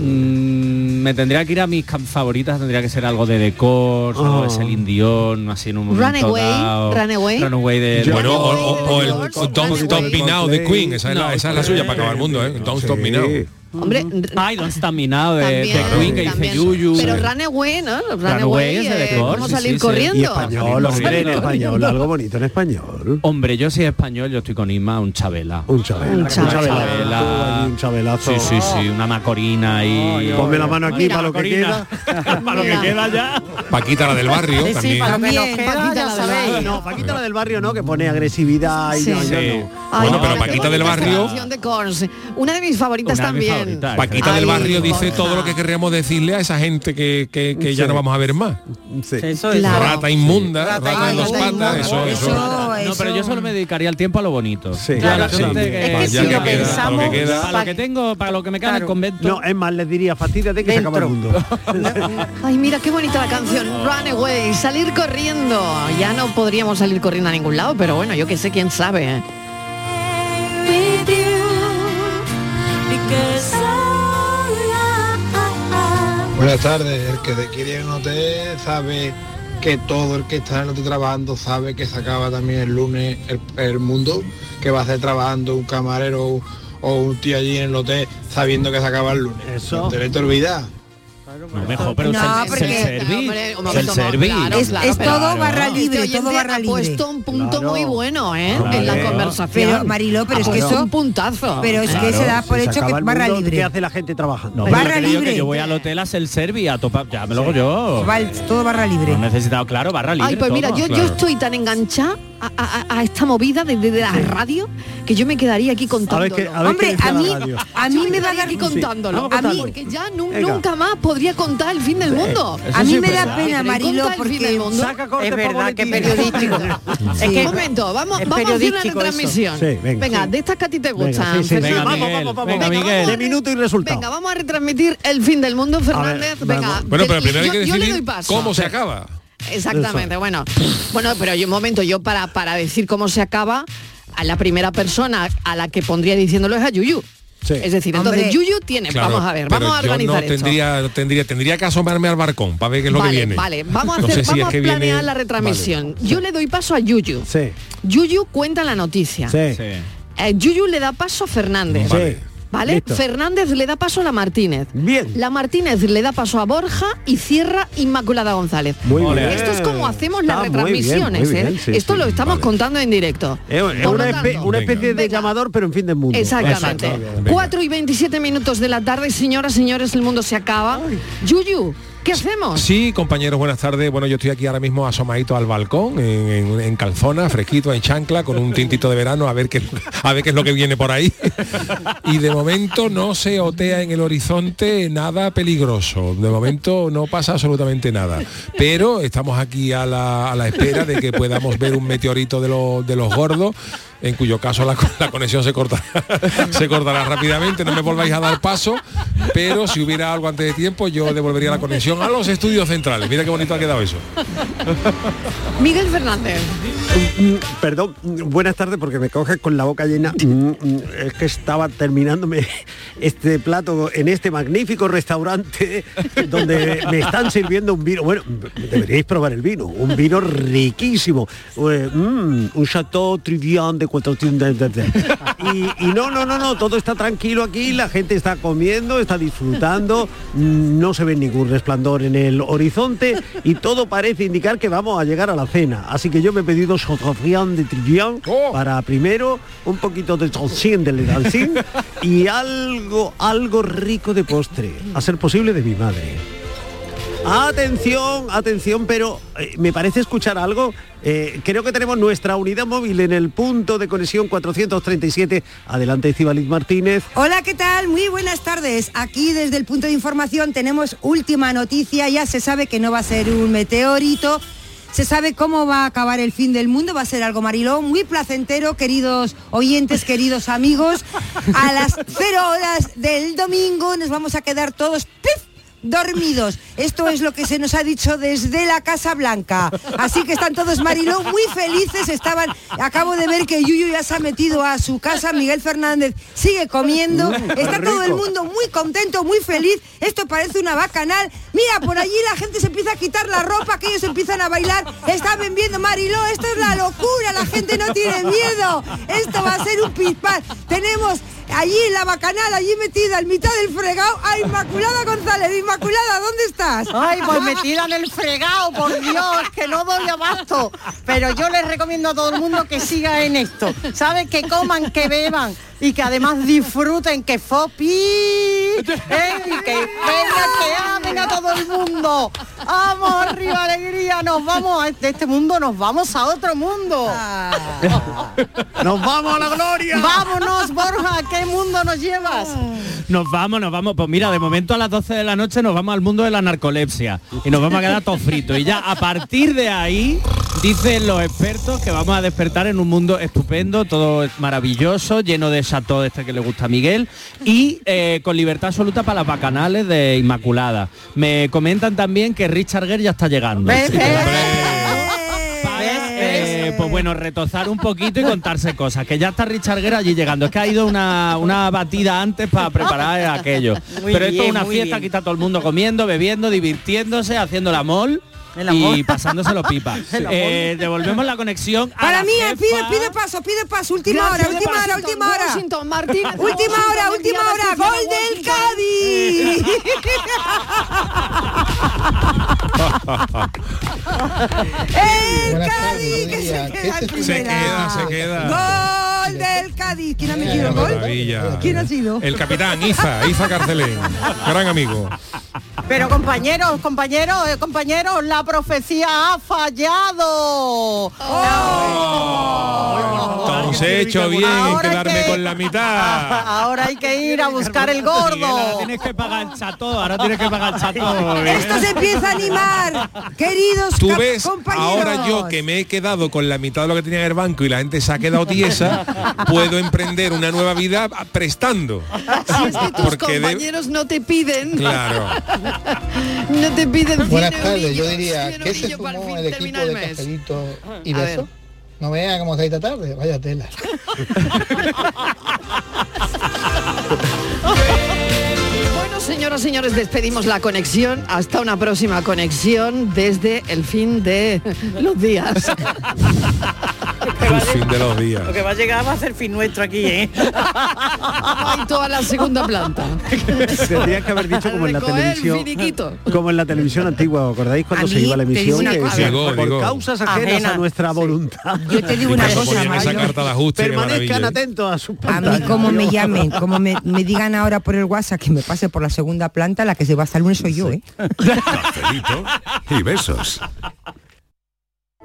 Mm, me tendría que ir a mis cam- favoritas, tendría que ser algo de decor, algo de Celine Dion, así en un momento
Runaway,
dado.
Runaway.
de...
Bueno, o, o- o el Don't Stop Me Now de Queen, esa es la,
No,
esa es
pues,
la suya para acabar el mundo, ¿eh? Don't Stop Me Now.
Hombre,
Ay, Don't Stop Me Now de, de Queen que dice
también.
Yuyu.
Pero Runaway, ¿no? Runaway,
Runaway es de
eh,
decor,
vamos
sí,
a salir
sí, sí.
corriendo.
Y
Vamos
español,
a
hombre,
salir
en
corriendo.
español, algo bonito en español.
Hombre, yo si es español, yo estoy con Isma, un Chabela.
Un Chabela. Un
Un
Chabela. Tú
Chabela.
allí, un Chabelazo.
Sí, sí, sí, una Macorina y...
Ponme la mano aquí
Mira,
para lo que
Macorina. para lo que queda ya.
Paquita la del barrio
Sí,
también.
sí, para lo que
Bien, Paquita la del barrio, No, Paquita la del barrio no, que pone agresividad y
Sí.
no, yo
Sí.
no.
Ay,
Bueno,
no,
pero
qué
Paquita del
bonita esta
barrio,
canción de Korns. Una de mis favoritas
Una de
también.
mis favoritas.
Paquita del
Ay,
barrio dice
Borja.
todo lo que querríamos decirle a esa gente que, que- que ya
Sí.
no vamos a ver más.
Eso
es. Claro.
Rata inmunda, rata, de dos
inmunda.
patas, eso, eso.
No, pero yo solo me dedicaría el tiempo a lo bonito. Ya
Claro,
la gente
sí.
que-
Es que Ya si que lo queda, para lo que pensamos, queda.
para lo que tengo, para lo que me queda en el convento.
No, es más, les diría, fatídate que se acaba el mundo.
Ah, Ay, mira qué bonita la canción Runaway, salir corriendo. Ya no podríamos salir corriendo a ningún lado, pero bueno, yo que sé, quién sabe.
with you because I
Buenas tardes, el que te quiere en un hotel sabe que todo el que está en el hotel trabajando sabe que se acaba también el lunes el, el mundo, que va a ser trabajando un camarero o, o un tío allí en el hotel sabiendo que se acaba el lunes. Eso. Te te olvidas.
No, mejor, pero
No,
es el-
porque-
es el servir.
Hombre, Eh, un
Es
momento,
el
no,
servir.
claro,
Es-
claro,
es
pero-
todo barra
Este
libre,
oyente
todo barra
ha
libre.
puesto un punto
Claro.
muy bueno, ¿eh? En la
Claro.
conversación.
Pero, Mariló, pero es
Ha
que
puesto
eso-
un puntazo.
Pero es que
Claro,
se da por
Si se
hecho que
acaba
es
el
barra
mundo, ¿Qué
libre.
hace la gente trabajando?
No, pero
Barra
que yo digo que
libre.
yo voy al hotel a hacer servi, a topar, ya me lo hago yo.
Va el- todo barra libre.
He necesitado, claro, barra libre.
Ay, pues mira,
todo,
yo, yo
claro.
estoy tan enganchada a, a- a esta movida desde la radio que yo me quedaría aquí contándolo.
ver qué- a ver qué
Hombre,
dice
a
la
mí,
radio.
a mí me da aquí contándolo.
vamos
a mí,
contando.
porque ya nu-
Venga.
nunca más podría contar el fin del mundo.
A mí
sí
me
es
da
verdad.
pena, Mariló,
Conta el fin del
porque...
mundo.
Es verdad que
*laughs*
es
*laughs*
periodístico.
Es
Es
que,
que-
un momento, vamos,
es
vamos a hacer una
periodístico eso.
retransmisión.
Sí, venga.
de estas que a ti te
Venga,
gustan.
sí, sí, sí.
Fernández.
Venga,
vamos,
Miguel,
vamos, vamos,
venga,
vamos.
Miguel.
De minuto y resultado.
Venga, vamos a retransmitir el fin del mundo, Fernández. venga,
vamos.
Bueno, pero
te-
primero hay
yo,
que
yo le doy
decidir
paso.
cómo se acaba.
Exactamente, bueno. Bueno, pero yo un momento, yo para, para decir cómo se acaba, a la primera persona a la que pondría diciéndolo es a Yuyu.
Sí.
Es decir, entonces
Hombre.
Yuyu tiene,
Claro,
vamos a ver,
pero
vamos a
yo
organizar
no
esto.
tendría, Tendría, tendría que asomarme al barcón para ver qué es lo
vale,
que viene.
vale, vamos a,
No
hacer,
sé si
vamos
es que
a planear
viene-
la retransmisión.
Vale.
Yo le doy paso a Yuyu.
Sí,
Yuyu cuenta la noticia.
sí, sí.
Sí.
Eh, Yuyu le da paso a Fernández. ¿Vale?
Listo.
Fernández le da paso a la Martínez.
Bien.
La Martínez le da paso a Borja y cierra Inmaculada González.
Muy
Ole.
bien.
Esto es como hacemos
Está
las
muy bien,
retransmisiones,
muy
¿eh?
bien, sí,
Esto
sí.
lo estamos contando en directo.
Es es
Por lo
una, espe-
tanto,
una especie de
Venga.
llamador, pero en fin del mundo.
Exactamente.
Exacto.
Venga.
4 y 27 minutos de la tarde, señoras, señores, el mundo se acaba. Yuyu, ¿qué hacemos?
Sí, compañeros, buenas tardes. Bueno, yo estoy aquí ahora mismo asomadito al balcón, en, en- en calzona, fresquito, en chancla, con un tintito de verano, a ver qué, a ver qué es lo que viene por ahí. Y de momento no se otea en el horizonte nada peligroso. De momento no pasa absolutamente nada. Pero estamos aquí a la, a la espera de que podamos ver un meteorito de, los- de los gordos en cuyo caso la, co- la conexión se cortará, se cortará rápidamente, no me volváis a dar paso, pero si hubiera algo antes de tiempo, yo devolvería la conexión a los estudios centrales. Mira qué bonito ha quedado eso.
Miguel Fernández.
Mm, Perdón, mm, buenas tardes porque me coges con la boca llena. Mm, mm, Es que estaba terminándome este plato en este magnífico restaurante *laughs* donde me están sirviendo un vino. Bueno, deberíais probar el vino, un vino riquísimo. Eh, mm, un chateau trivial de cuatro de, de- de- Y, y no, no, no, no, todo está tranquilo aquí, la gente está comiendo, está disfrutando, mm, no se ve ningún resplandor en el horizonte y todo parece indicar que vamos a llegar a la cena. Así que yo me he pedido sotrofrián de trillán para primero, un poquito de chocín de legancín y algo, algo rico de postre, a ser posible de mi madre. Atención, atención, pero eh, me parece escuchar algo. Eh, creo que tenemos nuestra unidad móvil en el punto de conexión 437. Adelante, Cibaliz Martínez.
Hola, ¿qué tal? Muy buenas tardes. Aquí desde el punto de información tenemos última noticia. Ya se sabe que no va a ser un meteorito. Se sabe cómo va a acabar el fin del mundo. Va a ser algo marilón, muy placentero, queridos oyentes, queridos amigos. A las cero horas del domingo nos vamos a quedar todos ¡pif! dormidos. Esto es lo que se nos ha dicho desde la Casa Blanca. Así que están todos Mariló muy felices. Estaban, acabo de ver que Yuyu ya se ha metido a su casa. Miguel Fernández sigue comiendo. Está todo el mundo muy contento, muy feliz. Esto parece una bacanal. Mira, por allí la gente se empieza a quitar la ropa, que ellos empiezan a bailar. Están vendiendo Mariló. Esto es la locura. La gente no tiene miedo. Esto va a ser un pispar. Tenemos allí en la bacanal, allí metida, en mitad del fregado, a Inmaculada González. Inmaculada, ¿dónde estás?
Ay, pues metida en el fregado, por Dios, que no doy abasto. Pero yo les recomiendo a todo el mundo que siga en esto. ¿Saben? Que coman, que beban y que además disfruten, que fopi, ¿eh? y que venga, que amen a todo el mundo. Vamos arriba, alegría, nos vamos a- de este mundo, nos vamos a otro mundo.
¡Nos vamos a la gloria!
Vámonos, Borja, ¿qué mundo nos llevas?
Nos vamos, nos vamos. Pues mira, de momento a las 12 de la noche nos vamos al mundo de la narcolepsia y nos vamos a quedar todos fritos. Y ya a partir de ahí, dicen los expertos que vamos a despertar en un mundo estupendo, todo es maravilloso, lleno de chateau este que le gusta a Miguel y eh, con libertad absoluta para las bacanales de Inmaculada. Me comentan también que Richard Gere ya está llegando. Así que, eh, pues bueno, retozar un poquito y contarse cosas, que ya está Richard Gere allí llegando. Es que ha ido una, una batida antes para preparar aquello.
Muy
Pero esto
bien,
es una
muy
fiesta,
bien.
aquí está todo el mundo comiendo, bebiendo, divirtiéndose, haciendo el amor.
El amor.
Y pasándoselo pipa.
*laughs* El amor.
Eh, devolvemos la conexión a
Para
la
mí, eh,
jefa.
pide, pide paso, pide paso, última
Gracias,
hora, última
Washington,
hora, última hora.
Washington, Martínez,
última
Washington,
hora, última
enviada
hora,
FIFA de
gol del Cádiz. ¡El Cádiz que se queda en
Se
primera!
queda, se queda.
¡Gol del Cádiz! ¿Quién ha metido
Qué
el gol?
maravilla.
¿Quién ha sido?
El capitán, Iza, Iza Carcelén. Gran amigo.
Pero compañeros, compañeros, eh, compañeros, la profecía ha fallado.
Oh.
Entonces he hecho bien en quedarme con la mitad.
Ahora hay que ir a buscar el gordo.
Tienes que pagar el chato, *laughs* ahora tienes que pagar
*laughs*
el chato. ¿eh?
Esto se empieza a animar, queridos
Tú
cap-
ves,
compañeros.
ahora yo que me he quedado con la mitad de lo que tenía en el banco y la gente se ha quedado *laughs* tiesa, puedo emprender una nueva vida ah, prestando.
Si es que tus
Porque de-
compañeros no te piden.
Claro.
*laughs* No te piden cien
Buenas tardes, yo
eurillos,
diría,
cien
¿qué se
eurillos para
sumó
fin
el equipo
terminar
de
el mes.
Castellito y
A
Beso? No vea cómo está esta tarde, vaya tela.
Bueno, señoras, señores, despedimos la conexión. Hasta una próxima conexión desde el fin de los *laughs* días.
El fin de los días.
Lo que va a llegar va a ser fin nuestro aquí, ¿eh?
Hay toda la segunda planta.
*laughs* Tendrías que haber dicho como en la
Recoger
televisión.
finiquito.
Como en la televisión antigua, ¿os acordáis cuando
A
se
mí
iba la
te digo
emisión?
una
Que
cosa.
decían,
Digo,
por
digo.
causas ajenas
Ajena.
a nuestra voluntad.
Yo
*laughs*
te digo Y una cuando cosa, ponían esa Mario. carta de ajuste, qué
Permanezcan
maravilla, ¿eh?
atentos a sus
A mí como me llamen, como me, me digan ahora por el WhatsApp que me pase por la segunda planta, la que se va hasta el lunes soy yo, ¿eh?
Cafelito y besos.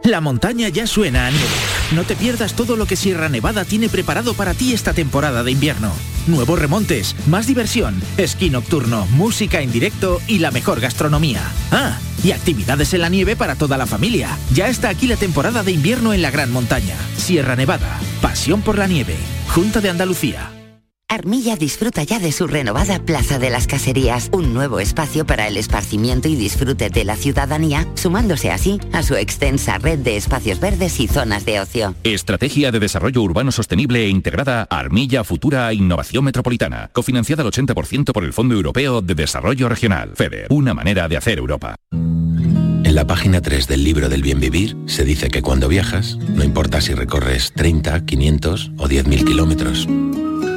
La montaña ya suena a nieve. No te pierdas todo lo que Sierra Nevada tiene preparado para ti esta temporada de invierno. Nuevos remontes, más diversión, esquí nocturno, música en directo y la mejor gastronomía. Ah, y actividades en la nieve para toda la familia. Ya está aquí la temporada de invierno en la gran montaña. Sierra Nevada, pasión por la nieve. Junta de Andalucía.
Armilla disfruta ya de su renovada Plaza de las Caserías, un nuevo espacio para el esparcimiento y disfrute de la ciudadanía, sumándose así a su extensa red de espacios verdes y zonas de ocio.
Estrategia de Desarrollo Urbano Sostenible e Integrada Armilla Futura Innovación Metropolitana, cofinanciada al 80% por el Fondo Europeo de Desarrollo Regional, FEDER, una manera de hacer Europa.
En la página 3 del libro del bien vivir se dice que cuando viajas, no importa si recorres 30, 500 o 10.000 kilómetros,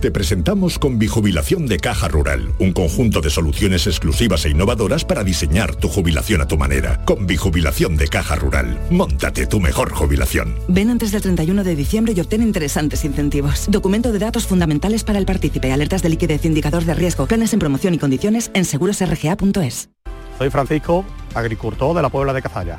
Te presentamos con Bijubilación de Caja Rural, un conjunto de soluciones exclusivas e innovadoras para diseñar tu jubilación a tu manera. Con Bijubilación de Caja Rural, móntate tu mejor jubilación.
Ven antes del 31 de diciembre y obtén interesantes incentivos. Documento de datos fundamentales para el partícipe, alertas de liquidez, indicador de riesgo, planes en promoción y condiciones en segurosrga.es.
Soy Francisco, agricultor de la Puebla de Cazalla.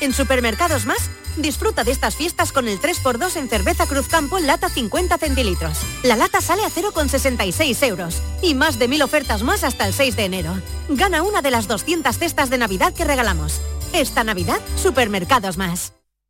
En Supermercados Más, disfruta de estas fiestas con el 3x2 en cerveza Cruzcampo lata 50 centilitros. La lata sale a 0,66 euros y más de mil ofertas más hasta el 6 de enero. Gana una de las 200 cestas de Navidad que regalamos. Esta Navidad, Supermercados Más.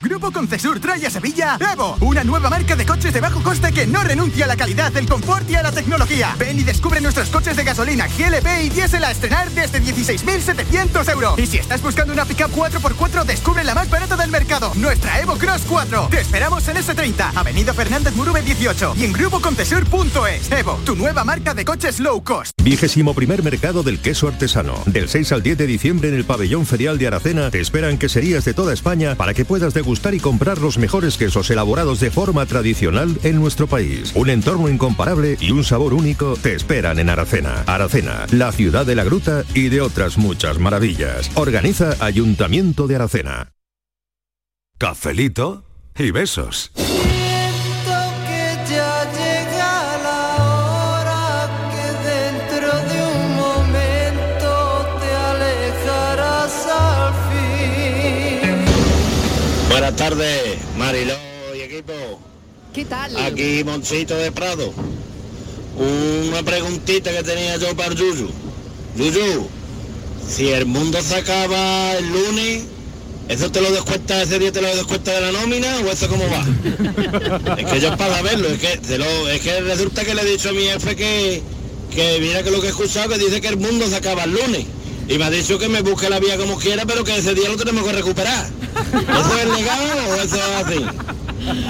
Grupo Concesur trae a Sevilla Evo, una nueva marca de coches de bajo coste que no renuncia a la calidad, el confort y a la tecnología. Ven y descubre nuestros coches de gasolina GLP y diésel a estrenar desde 16.700 euros. Y si estás buscando una pickup 4x4, descubre la más barata del mercado, nuestra Evo Cross 4. Te esperamos en S30, Avenida Fernández Murube 18 y en grupoconcesur.es. Evo, tu nueva marca de coches low cost.
Vigésimo primer mercado del queso artesano. Del 6 al 10 de diciembre en el pabellón ferial de Aracena te esperan queserías de toda España para que puedas degustar y comprar los mejores quesos elaborados de forma tradicional en nuestro país. Un entorno incomparable y un sabor único te esperan en Aracena. Aracena, la ciudad de la gruta y de otras muchas maravillas. Organiza Ayuntamiento de Aracena.
Cafelito y besos.
que ya llega la hora que dentro de un momento te alejarás al fin.
Buenas tardes, Mariló y equipo.
¿Qué tal?
Aquí Moncito de Prado. Una preguntita que tenía yo para Yuyu. Yuyu, si el mundo se acaba el lunes, ¿eso te lo descuenta, ese día te lo descuenta de la nómina o eso cómo va? es que yo es para verlo, es que, se lo- es que resulta que le he dicho a mi jefe que, que mira que lo que he escuchado, que dice que el mundo se acaba el lunes. Y me ha dicho que me busque la vía como quiera, pero que ese día lo tenemos que recuperar. ¿Eso es legal o eso es así?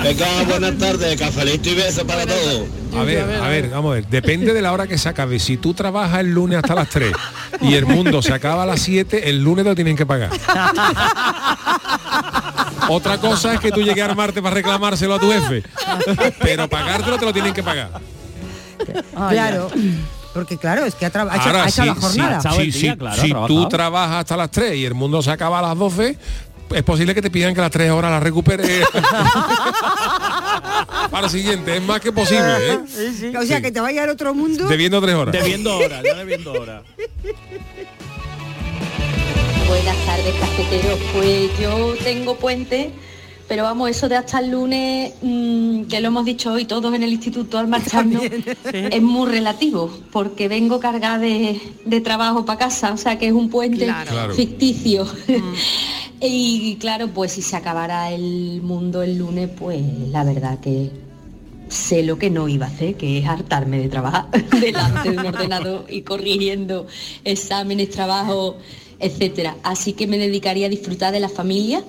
Venga, buenas tardes, cafelito y besos para todos.
A ver, a ver, vamos a ver. Depende de la hora que se acabe. Si tú trabajas el lunes hasta las 3 y el mundo se acaba a las 7, el lunes te lo tienen que pagar. Otra cosa es que tú llegues al martes para reclamárselo a tu *laughs* jefe. Pero pagártelo te lo tienen que pagar.
claro. Porque claro, es que ha, traba- ha hecho- ha
Ahora,
hecho
si,
la jornada.
si- si- si- si tú trabajas hasta las 3 y el mundo se acaba a las 12, es posible que te pidan que las 3 horas las
*laughs*
recuperes. para el siguiente, es más que posible, ¿eh?
O sea,
Sí.
que te vaya al otro mundo.
Debiendo 3 horas.
*laughs*
Debiendo horas, ya debiendo horas.
Buenas tardes, cafeteros. Pues yo tengo puente, pero vamos, eso de hasta el lunes, mm, que lo hemos dicho hoy todos en el instituto al
*laughs*
marcharnos, es muy relativo, porque vengo cargada de, de trabajo para casa, o sea que es un puente
Claro. Claro. Mm.
ficticio. *laughs* y claro, pues si se acabara el mundo el lunes, pues la verdad que sé lo que no iba a hacer, que es hartarme de trabajar delante de un ordenador y corrigiendo exámenes, trabajo, etcétera. Así que me dedicaría a disfrutar de la familia,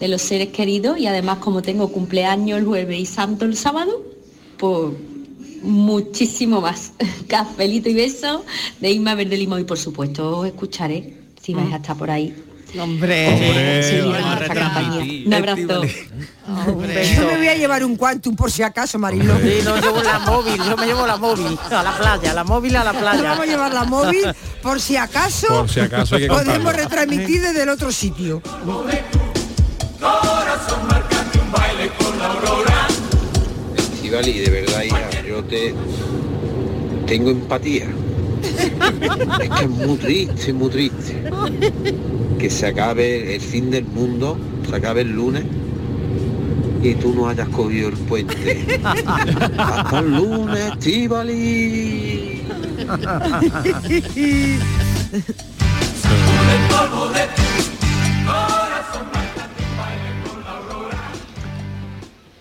de los seres queridos y además como tengo cumpleaños el jueves y santo el sábado, pues muchísimo más. *laughs* Cafelito y beso de Inma Verde Limón y por supuesto os escucharé si vais a estar por ahí. Oh,
Hombre,
Mm. Hombre,
sí, una
vamos a
marca
retransmitir.
campaña.
Un
abrazo.
Yo me voy a llevar un quantum por si acaso, Marilo.
Sí, no llevo la móvil, yo me llevo la móvil a la playa, la móvil a la playa.
Nos vamos a llevar la móvil por si acaso,
Por si acaso hay que
podemos
contarlo.
retransmitir desde el otro sitio.
Estivali, de verdad, hija, yo te tengo empatía. Es que es muy
*laughs*
triste, muy triste que se acabe el fin del mundo, se acabe el lunes y tú no hayas cogido el puente. Hasta el lunes, Estivali.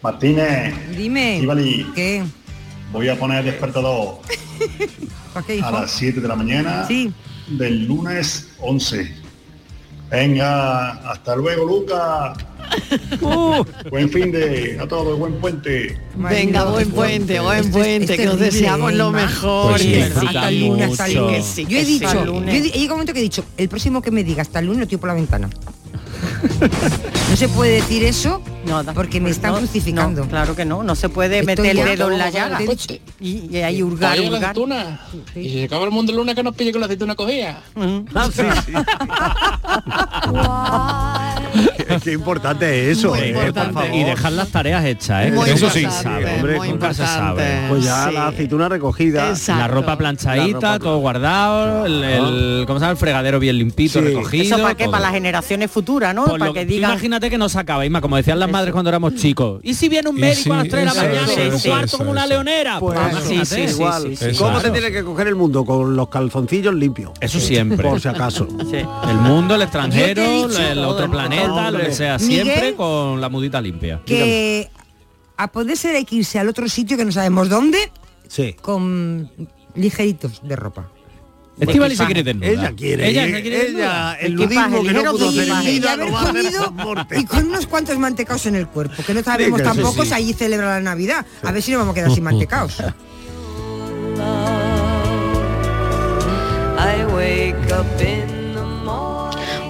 Martínez,
Dime.
Estivali.
¿Qué?
voy a
*laughs*
poner despertador
¿Para qué, hijo?
a las 7 de la mañana
Sí.
del lunes 11. Venga, hasta
*laughs*
luego, Lucas. Buen fin de a todos, buen puente.
Venga, buen puente, buen puente, que nos
terrible,
deseamos lo
Inma.
mejor.
Pues sí,
Que
disfruta
este hasta el lunes, hasta el
mucho.
lunes, sí,
Yo he
que sí.
dicho, yo he di- he llegado un momento que he dicho, el próximo que me diga hasta el lunes lo tiro por la ventana. no se puede decir eso porque me están crucificando.
Pues claro que no, no se puede
Estoy
meter el
ya-
dedo en la
Vamos a
llaga.
ver,
Y, y ahí hurgar,
Oye, la
hurgar.
aceituna. Y si se acaba el mundo el lunes que nos pille con la aceituna cogida. *laughs*
Es que importante es eso,
Muy
eh,
importante.
por favor.
Y dejar las tareas hechas, ¿eh?
Muy
Que eso sí,
importante,
sabe,
hombre,
hombre, nunca se sabe.
Pues ya la aceituna recogida.
La ropa planchadita, todo guardado, el, el- ¿cómo se llama? El fregadero bien limpito, recogido.
Eso para qué,
todo.
para las generaciones futuras, ¿no?
Por
para
lo-
que
tú
digan
Imagínate que no se acaba, Isma, como decían las madres cuando éramos chicos. ¿Y si viene un
Y
médico a las
sí,
3 de la
eso,
mañana
eso,
en un
eso,
cuarto
eso,
como una
eso.
leonera?
Pues
Ah,
Pues
eso,
imagínate.
sí,
Igual. ¿Cómo te tiene que coger el mundo? Con los calzoncillos limpios.
Eso siempre.
Por si acaso.
El mundo, el
Yo te he
extranjero,
dicho-
el
Todo
otro
el mundo.
planeta, lo que sea, siempre
Miguel.
con la mudita limpia.
Que a poder ser hay que irse al otro sitio que no sabemos dónde
Sí.
con ligeritos de ropa.
Estivali se quiere desnuda.
Ella quiere
Ella
ir,
se quiere desnuda.
ella, el Equipaje, nudismo que no ligero pudo hacer en equipaje. vida,
Ya
lo va a hacer Y con unos cuantos mantecaos en el cuerpo, que no sabemos
Venga, sí,
tampoco
sí.
si allí celebra la Navidad. A ver si nos vamos a quedar *laughs* sin mantecaos.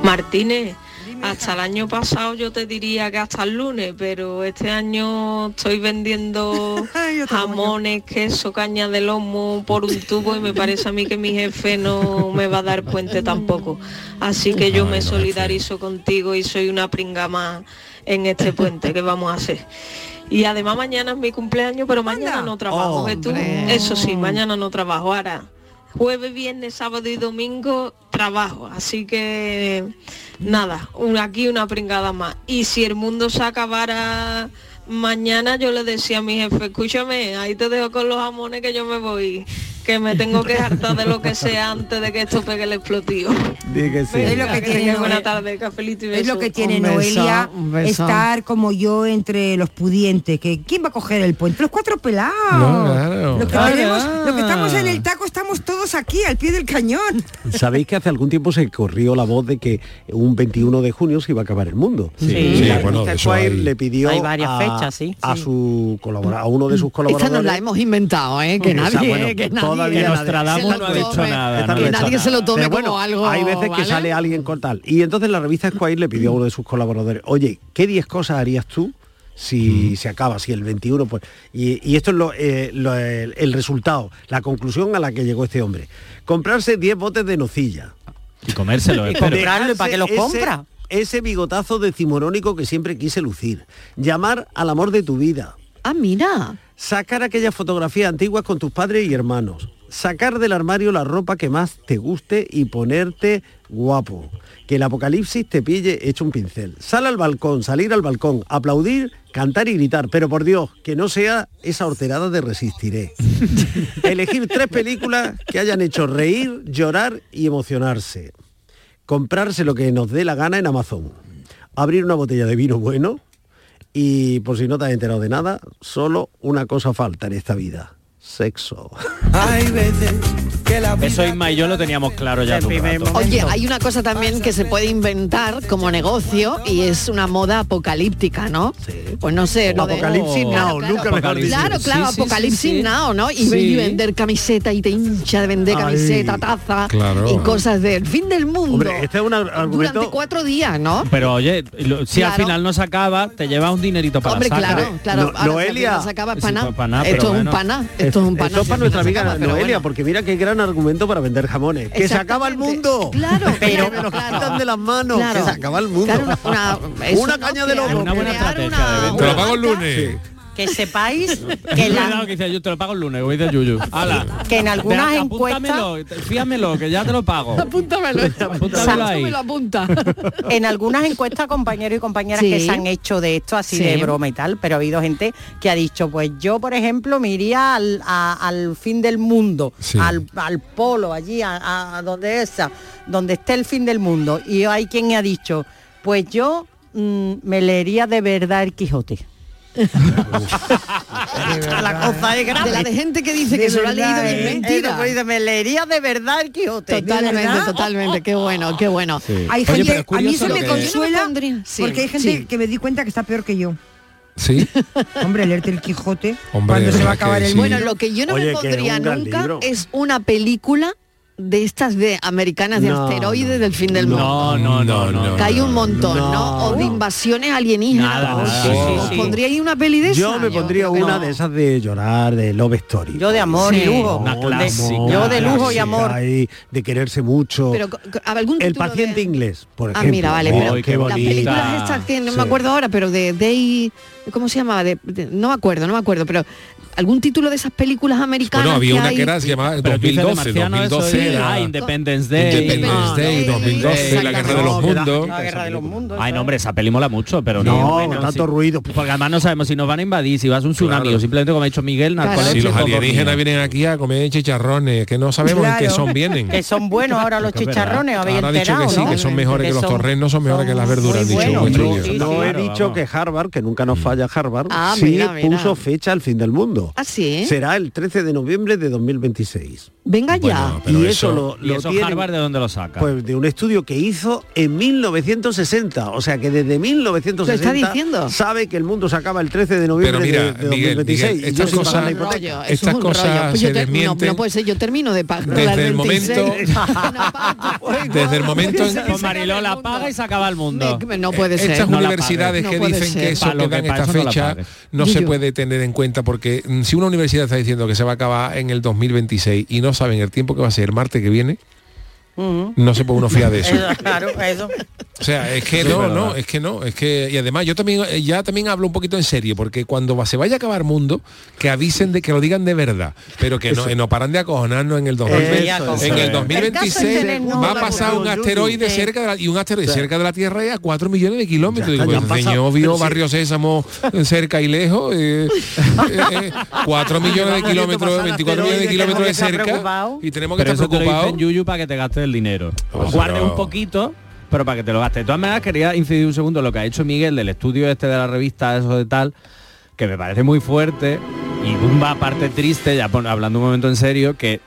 Martínez, hasta el año pasado yo te diría que hasta el lunes, pero este año estoy vendiendo jamones, queso, caña de lomo por un tubo y me parece a mí que mi jefe no me va a dar puente tampoco. Así que yo me solidarizo contigo y soy una pringa más en este puente que vamos a hacer. Y además mañana es mi cumpleaños, pero mañana no trabajo.
Oh,
¿ves tú? Eso sí, mañana no trabajo. Ahora, jueves, viernes, sábado y domingo trabajo. Así que nada, un- aquí una pringada más. Y si el mundo se acabara mañana, yo le decía a mi jefe, escúchame, ahí te dejo con los jamones que yo me voy. Que me tengo que hartar de lo que sea antes de que esto pegue el explotío.
Di que
*laughs*
sí.
Es lo que tiene
tengáis buena
Noel.
tarde, cafelito y
Es lo
besos.
que tiene
Un beso,
Noelia
un beso.
estar como yo entre los pudientes, que quién va a coger el puente, los cuatro pelados.
No, claro.
Los que
Claro.
tenemos-
Ah,
los que estamos en el taco estamos todos aquí al pie del cañón.
Sabéis que hace algún tiempo se corrió la voz de que un 21 de junio se iba a acabar el mundo.
Sí. Sí,
Y la revista
bueno, de eso
Esquire
hay-
le pidió
hay varias
a,
fechas, sí,
a su colabora- a uno de sus
Esta nos la
colaboradores.
hemos inventado, ¿eh? que
Esa,
nadie,
bueno,
que nadie,
todavía
que
nadie-
Nostradamus
Esta
no
no
ha
he
dicho
nada,
que
no he hecho
nadie se lo
nada.
tome
Pero bueno,
como algo,
Hay veces que
¿vale?
sale alguien con tal. Y entonces la revista Esquire le pidió a uno de sus colaboradores, oye, ¿qué 10 cosas harías tú si se acaba, si el 21? Pues, y, y esto es lo, eh, lo- el, el resultado, la conclusión a la que llegó este hombre. Comprarse 10 botes de nocilla.
Y comérselo,
Y
espero.
comprarlo, ¿y
Ese-
Ese bigotazo decimonónico que siempre quise lucir. Llamar al amor de tu vida.
Ah, mira.
Sacar aquellas fotografías antiguas con tus padres y hermanos. Sacar del armario la ropa que más te guste y ponerte guapo. Que el apocalipsis te pille hecho un pincel. Sal al balcón, salir al balcón, aplaudir, cantar y gritar. Pero por Dios, que no sea esa horterada de *laughs* resistiré. Elegir tres películas que hayan hecho reír, llorar y emocionarse comprarse lo que nos dé la gana en Amazon, abrir una botella de vino bueno y, por si no te has enterado de nada, solo una cosa falta en esta vida, sexo.
Hay veces que la Eso Isma y yo lo teníamos claro ya. hace un rato.
Oye, hay una cosa también que se puede inventar como negocio y es una moda apocalíptica, ¿no? Pues no sé, lo de-
Apocalipsis Now, nunca mejor
Claro,
dicho.
claro, claro, apocalipsis now, ¿no? Y,
Sí.
y vender camiseta y te hincha de vender
Ay,
camiseta, taza
claro.
y cosas del fin del mundo.
Hombre,
este es un
durante cuatro días, ¿no?
Pero oye, lo- si al
Claro.
final no se acaba, te llevas un dinerito para
Hombre,
la saca.
claro, claro. Ahora, si al final se acaba, es
Sí,
paná.
pues paná, pero
esto es un
bueno.
paná, esto es un paná.
Esto es para nuestra amiga Noelia, porque mira qué gran argumento para vender jamones. Que se acaba el mundo. *laughs* Claro, pero nos quitan de las manos.
claro.
Que se acaba el mundo.
una,
*laughs*
es
Una
una
caña de lobo.
Te lo pago el lunes.
Que sepáis que, la-
Cuidado, que dice, yo te lo pago el lunes, voy de Yuyu. Ala.
que en algunas
Ve,
encuestas...
apúntamelo, fíamelo, que ya te lo pago.
Apúntamelo,
Apúntamelo ahí.
apunta.
*laughs* En algunas encuestas, compañeros y compañeras
Sí.
que se han hecho de esto así
Sí.
de broma y tal, pero ha habido gente que ha dicho, pues yo, por ejemplo, me iría al, a- al fin del mundo, al, al polo, allí, a, a- a donde esa, donde esté el fin del mundo. Y hay quien ha dicho, pues yo mm, me leería de verdad el Quijote.
Ah,
la cosa es grave.
De la de gente que dice que se lo ha leído
verdad,
y es
¿eh?
mentira.
Eh, no, pues dice, me leería de verdad el Quijote.
Totalmente, totalmente. Qué bueno, qué bueno.
Sí.
Hay gente- a mí se me consuela
Sí,
porque hay gente
sí.
que me di cuenta que está peor que yo.
Sí.
*laughs* Hombre, leerte el Quijote.
Hombre,
cuando
de
se va
verdad
a acabar
que
el
sí.
mundo.
Bueno, lo que yo no
Oye,
me
que es un
pondría
gran
nunca
libro.
es una película de estas de americanas de
No,
asteroides del fin del mundo.
No, no, no, no.
Que hay un montón, ¿no? O de invasiones alienígenas.
Nada,
¿Os-
nada. Sí, sí,
¿Os
sí.
pondría ahí una peli de esa?
Yo me pondría
creo que
una
no.
de esas de llorar, de love story.
Yo de amor y lujo.
No,
Una clásica.
amor,
Yo de lujo y
clásica,
amor.
y de quererse mucho.
Pero co- co- algún
el
título
paciente inglés, por
Ah,
ejemplo.
mira, vale,
Oh,
pero
qué
las películas
bonita.
estas que no
Sí.
me acuerdo ahora, pero de Day, ¿cómo se llamaba? De- de- no me acuerdo, no me acuerdo, pero algún título de esas películas americanas.
Bueno, había una
hay?
que era se llamaba
Pero tú dices de
2012,
marciano, eso
2012
es-
era-
Ah, Independence Day.
Independence Day, 2012, la guerra de los mundos.
Ay, no, hombre, esa peli mola mucho, pero
No,
no.
con tanto
ruido.
Porque además no sabemos si nos van a invadir, si vas a un tsunami o simplemente, como ha dicho Miguel,
Si
narcolepsia.
los alienígenas vienen aquí a comer chicharrones, que no sabemos en qué
Oh, Claro.
son
*laughs*
vienen.
Que son buenos ahora los
Es verdad.
chicharrones, habéis
Ahora ha dicho
enterado,
que sí,
¿no?
que son mejores que, los torrenos, son mejores que las verduras, han dicho. nuestro
no,
idioma.
no he
Claro,
dicho que Harvard, que nunca
Mm.
nos falla Harvard,
Ah,
sí
mira, mira.
puso fecha al fin del mundo.
Ah, sí.
Será el 13 de noviembre de 2026.
Venga ya.
Bueno, pero Y eso eso- lo-
y
lo
eso
tienen-
Harvard de dónde lo saca.
Pues de un estudio que hizo en 1960, o sea que desde 1960
¿Lo está diciendo?
sabe que el mundo se acaba el 13 de noviembre
Pero mira,
de, de
Miguel,
2026.
Miguel,
y
estas
yo sin
cosas-
pagar la
Un
hipoteca.
rollo, eso
Estas
es un
cosas
rollo. Pues
se
yo te- no,
desmienten.
no puede ser, yo termino de pagar
Desde
las
el
*laughs*
momento-
26.
Desde el momento en Eh,
Con Mariló la paga y se acaba el mundo.
Me- no puede ser.
Estas
No la
universidades
pagues.
que
No puede
dicen
ser.
que eso
Pa' lo
que dan
que pa'
esta
eso no la
fecha
pagues.
no,
Ni
se
yo.
puede tener en cuenta porque mm, si una universidad está diciendo que se va a acabar en el 2026 y no saben el tiempo que va a ser el martes que viene, no se puede uno fiar de eso.
Eh, Claro, eso.
O sea, es que
Sí,
no,
verdad.
no, es que no, es que y además yo también eh, ya también hablo un poquito en serio porque cuando va- se vaya a acabar mundo que avisen de que lo digan de verdad, pero que no,
Eso.
eh, no paran de acojonarnos en el 2020,
Eso,
en
eso es.
el
El caso
2026
es tener
va
nueva
a pasar un
evolución,
asteroide
Yuyu.
cerca de la, y un asteroide
Sí.
cerca de la Tierra y a 4 millones de kilómetros.
Ya está,
Digo,
ya
el
han pasado.
señor vio
Pero sí.
Barrio Sésamo eh, cerca y lejos, eh. 4 millones de kilómetros, 24 millones de kilómetros de cerca y tenemos que
Pero
estar
eso te lo
preocupados.
dicen, Yuyu para que te gastes el dinero.
Pues
Guarde
no.
un poquito, pero para que te lo gastes. De todas maneras, quería incidir un segundo en lo que ha hecho Miguel del estudio este de la revista, eso de tal, que me parece muy fuerte y una aparte triste, ya pon- hablando un momento en serio, que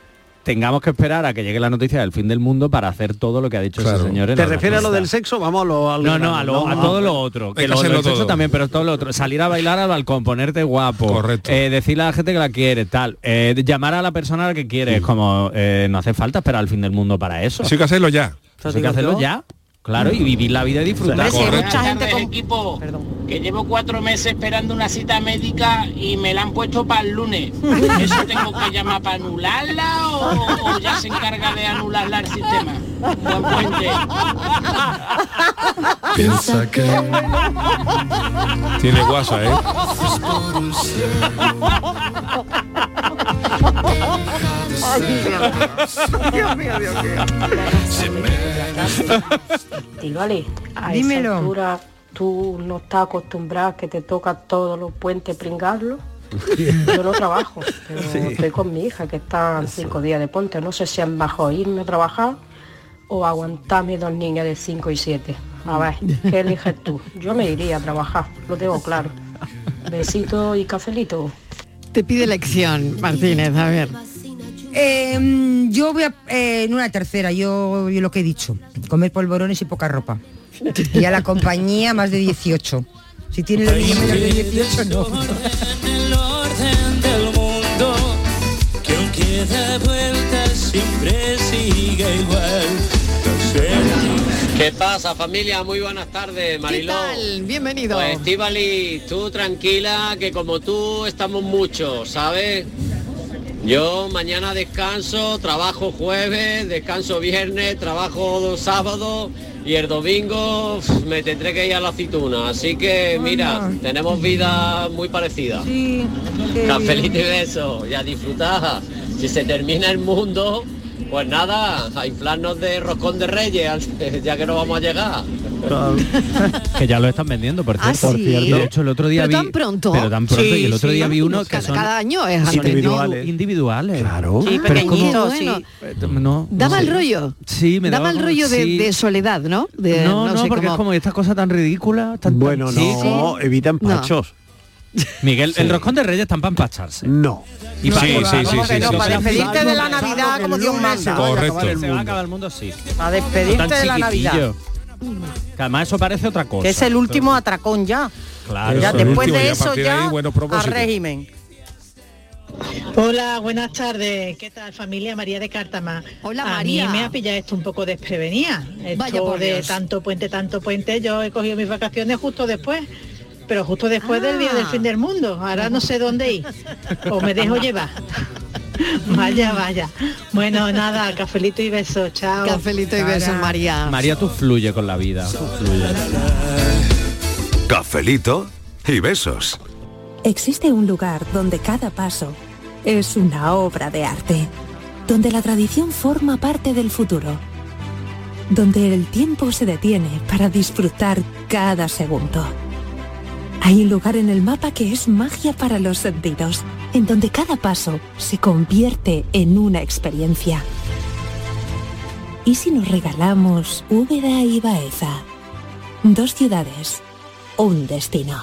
tengamos que esperar a que llegue la noticia del fin del mundo para hacer todo lo que ha dicho ese señor. en
¿Te
la
refieres a lo
revista.
del sexo? Vamos a lo a lo-
No, no, a, lo- a todo lo otro.
Hay
Que lo,
hacerlo
del sexo
todo.
también, pero todo lo otro. Salir a bailar al balcón, ponerte guapo. Correcto. decirle a la gente que la quiere, tal. Eh, llamar a la persona a la que quieres, como eh, no hace falta esperar al fin del mundo para eso.
Eso hay que hacerlo ya.
Eso hay que hacerlo ya. Claro, y vivir la vida y disfrutar.
gente equipo que llevo cuatro meses esperando una cita médica y me la han puesto para el lunes. ¿Eso tengo que llamar para anularla o, o ya se encarga de anularla el sistema? Buen puente.
Piensa que tiene guasa, ¿eh?
Estivales, a
Dímelo.
esa altura tú no estás acostumbrada a que te toca todos los puentes pringarlos. Yo no trabajo, pero estoy con mi hija que está cinco días de ponte. No sé si es mejor irme a trabajar o aguantar a mis dos niñas de 5 y 7. A ver, ¿qué eliges tú? Yo me iría a trabajar, lo tengo claro. Besito y cafelito.
Te pide lección, Martínez, a ver.
Eh, mm, yo voy a, eh, en una tercera, yo, yo lo que he dicho, comer polvorones y poca ropa. Y a la compañía más de 18. Si tiene los niños menos de 18, no.
El orden del mundo, que aunque da vueltas siempre sigue igual.
¿Qué pasa familia? Muy buenas tardes, Mariló.
tal? Bienvenido.
Pues Estivali, tú tranquila, que como tú estamos muchos, ¿sabes? Yo mañana descanso, trabajo jueves, descanso viernes, trabajo sábado y el domingo uf, me tendré que ir a la aceituna. Así que mira, tenemos vida muy parecida. eh, Cafelito y beso y a disfrutar. Si se termina el mundo, pues nada, a inflarnos de roscón de reyes, *laughs* ya que no vamos a llegar.
*laughs* que ya lo están vendiendo, por
Ah,
cierto.
sí. Por cierto.
De hecho, el otro día
Pero
vi,
tan pronto.
Pero tan pronto.
Sí,
y el otro
sí.
día vi uno que
Cada-
son
cada año es así, ¿no?
individuales. Individuales. Claro.
Sí,
pero es como,
pequeñitos, sí.
Eh, no,
Daba
no
el
sé.
rollo.
Sí, me
daba
daba
el
como-
rollo de,
sí.
de soledad, ¿no? De,
no, no,
sé,
porque es como estas cosas tan ridículas. Tan,
Bueno, no, evita empachos.
*laughs* Miguel, el roscón de Reyes tan para empacharse.
No.
Y para
Sí, sí, sí,
¿cómo
sí,
que
sí,
no?
sí,
Para
sí.
despedirte de la
Navidad
Navidad
como Dios manda.
Se va a acabar el mundo, sí.
A despedirte
Tan
de la
chiquitillo.
Navidad. Mm.
Que además eso parece otra cosa.
Que es el último atracón ya.
Claro.
Ya
Eso es el
después
último, y
de
a
eso
partir de
ya
ahí, buenos
a
propósitos.
régimen.
Hola, buenas tardes. ¿Qué tal, familia? María de Cártama. Hola,
María.
A mí me ha pillado esto un poco desprevenida. Esto
Vaya por
de
Dios.
tanto puente, tanto puente. Yo he cogido mis vacaciones justo después, pero justo después del día del
Ah.
fin del mundo. Ahora no sé dónde ir. O me dejo
*laughs*
llevar. vaya, vaya. Bueno, nada, cafelito y besos. Chao.
Cafelito y besos, María.
María, tú fluye con la vida. tú fluye.
Cafelito y besos.
Existe un lugar donde cada paso es una obra de arte, donde la tradición forma parte del futuro, donde el tiempo se detiene para disfrutar cada segundo. Hay un lugar en el mapa que es magia para los sentidos, en donde cada paso se convierte en una experiencia. ¿Y si nos regalamos Úbeda y Baeza? Dos ciudades, un destino.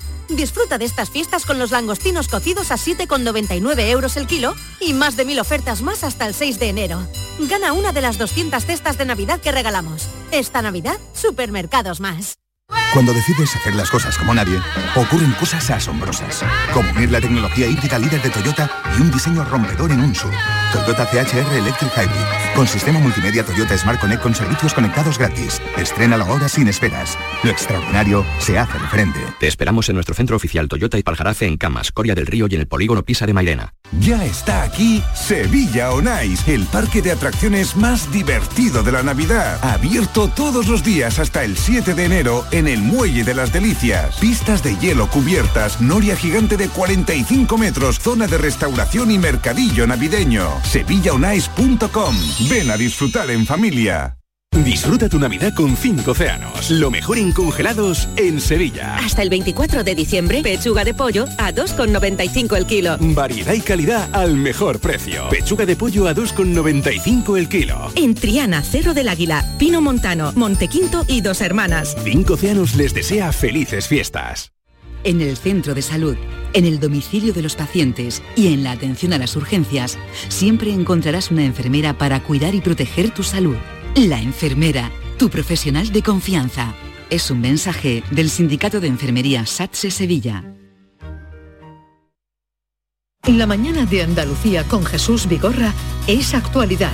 disfruta de estas fiestas con los langostinos cocidos a 7,99 euros el kilo y más de mil ofertas más hasta el 6 de enero. Gana una de las 200 cestas de Navidad que regalamos. Esta Navidad, Supermercados Más.
Cuando decides hacer las cosas como nadie, ocurren cosas asombrosas. Como unir la tecnología híbrida líder de Toyota y un diseño rompedor en un SUV. Toyota CHR Electric Hybrid. Con sistema multimedia Toyota Smart Connect con servicios conectados gratis. Estrena ahora sin esperas. Lo extraordinario se hace de frente.
Te esperamos en nuestro centro oficial Toyota y Paljarafe en Camas, Coria del Río y en el polígono Pisa de Mairena.
Ya está aquí Sevilla On Ice, el parque de atracciones más divertido de la Navidad. Abierto todos los días hasta el 7 de enero en el Muelle de las Delicias. Pistas de hielo cubiertas, noria gigante de 45 metros, zona de restauración y mercadillo navideño. SevillaOnIce.com. Ven a disfrutar en familia.
Disfruta tu Navidad con 5 océanos. Lo mejor en congelados en Sevilla.
Hasta el 24 de diciembre, pechuga de pollo a 2,95 el kilo.
Variedad y calidad al mejor precio. Pechuga de pollo a 2,95 el kilo.
En Triana, Cerro del Águila, Pino Montano, Montequinto y Dos Hermanas.
Cinco Océanos les desea felices fiestas.
en el centro de salud, en el domicilio de los pacientes y en la atención a las urgencias, siempre encontrarás una enfermera para cuidar y proteger tu salud. La enfermera, tu profesional de confianza. Es un mensaje del Sindicato de Enfermería SATSE Sevilla.
La mañana de Andalucía con Jesús Vigorra es actualidad,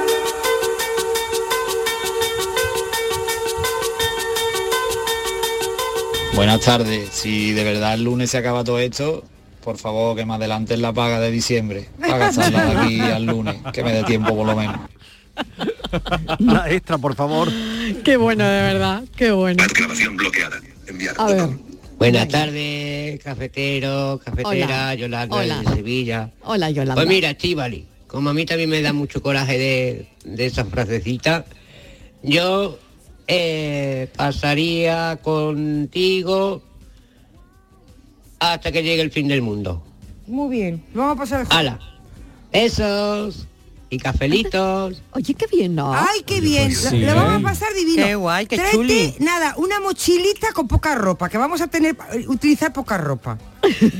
Buenas tardes. Si de verdad el lunes se acaba todo esto, por favor que me adelanten la paga de diciembre. Paga estarla de aquí al lunes, que me dé tiempo por lo menos.
La extra, por favor.
Qué bueno, de verdad, qué bueno. A ver,
Buenas tardes, cafetero, cafetera,
Hola.
Yolanda
Hola.
de Sevilla.
hola Yolanda.
Pues mira, Chivali, como a mí también me da mucho coraje de, de esas frasecitas, yo eh, pasaría contigo hasta que llegue el fin del mundo.
Muy bien, lo vamos a pasar.
¡Hala! Besos y cafelitos.
Oye, qué bien, ¿no?
Ay, qué bien.
pues
la-
sí,
la,
¿eh?
vamos a pasar divino.
Qué guay, qué
Tráete,
chuli.
nada, una mochilita con poca ropa, que vamos a tener eh, utilizar poca ropa.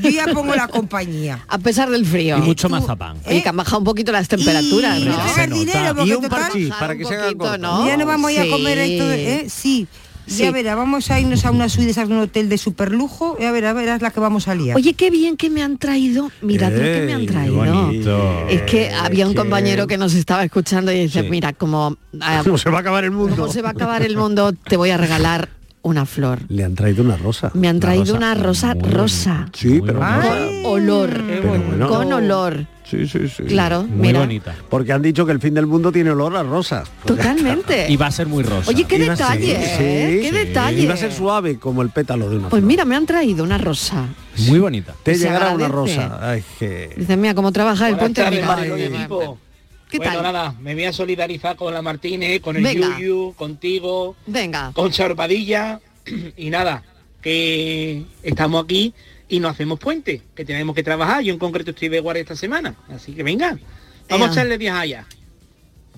Yo ya pongo la compañía.
a pesar del frío.
Y mucho
más
mazapán.
Y que han bajado un poquito las temperaturas,
¿Eh? Y
¿no?
no hagas dinero, porque total-
poquito, ¿no?
Ya no vamos a ir
Sí.
a comer esto, de- ¿eh? Sí. Ya
Sí.
verá, vamos a irnos a una suite, de esas, un hotel de super lujo, ya verá, verás la que vamos a liar.
Oye, qué bien que me han traído. Mirad lo que me han traído.
*laughs*
Es Eh, que había un compañero que nos estaba escuchando y dice, mira, como *laughs* ah,
No se va a acabar el mundo.
como se va a acabar el mundo, te voy a regalar una flor.
Le han traído una rosa.
Me han traído una rosa rosa.
Sí, pero una rosa.
Olor.
bueno.
Con olor.
Sí, sí, sí.
Claro, Muy mira. bonita.
Porque han dicho que el fin del mundo tiene olor a rosas.
Totalmente.
Y va a ser muy
rosa. Oye, qué detalle, ¿eh? Qué detalle.
Y va a ser suave como el pétalo de una
Pues mira, me han traído una rosa.
Muy bonita. Te
Se
llegará una
agradece.
rosa. Ay, que...
Dice, mira, cómo trabaja el
Buenas
puente.
tardes,
mira.
Mariló y equipo.
¿Qué
bueno,
tal?
nada, me voy a solidarizar con la Martínez, con el
Venga.
Yuyu, contigo,
Venga.
con Sorpadilla *clears throat* y nada, que estamos aquí y no hacemos puente, que tenemos que trabajar. Yo en concreto estoy de guardia esta semana, así que venga, vamos a
Ea.
echarle días allá.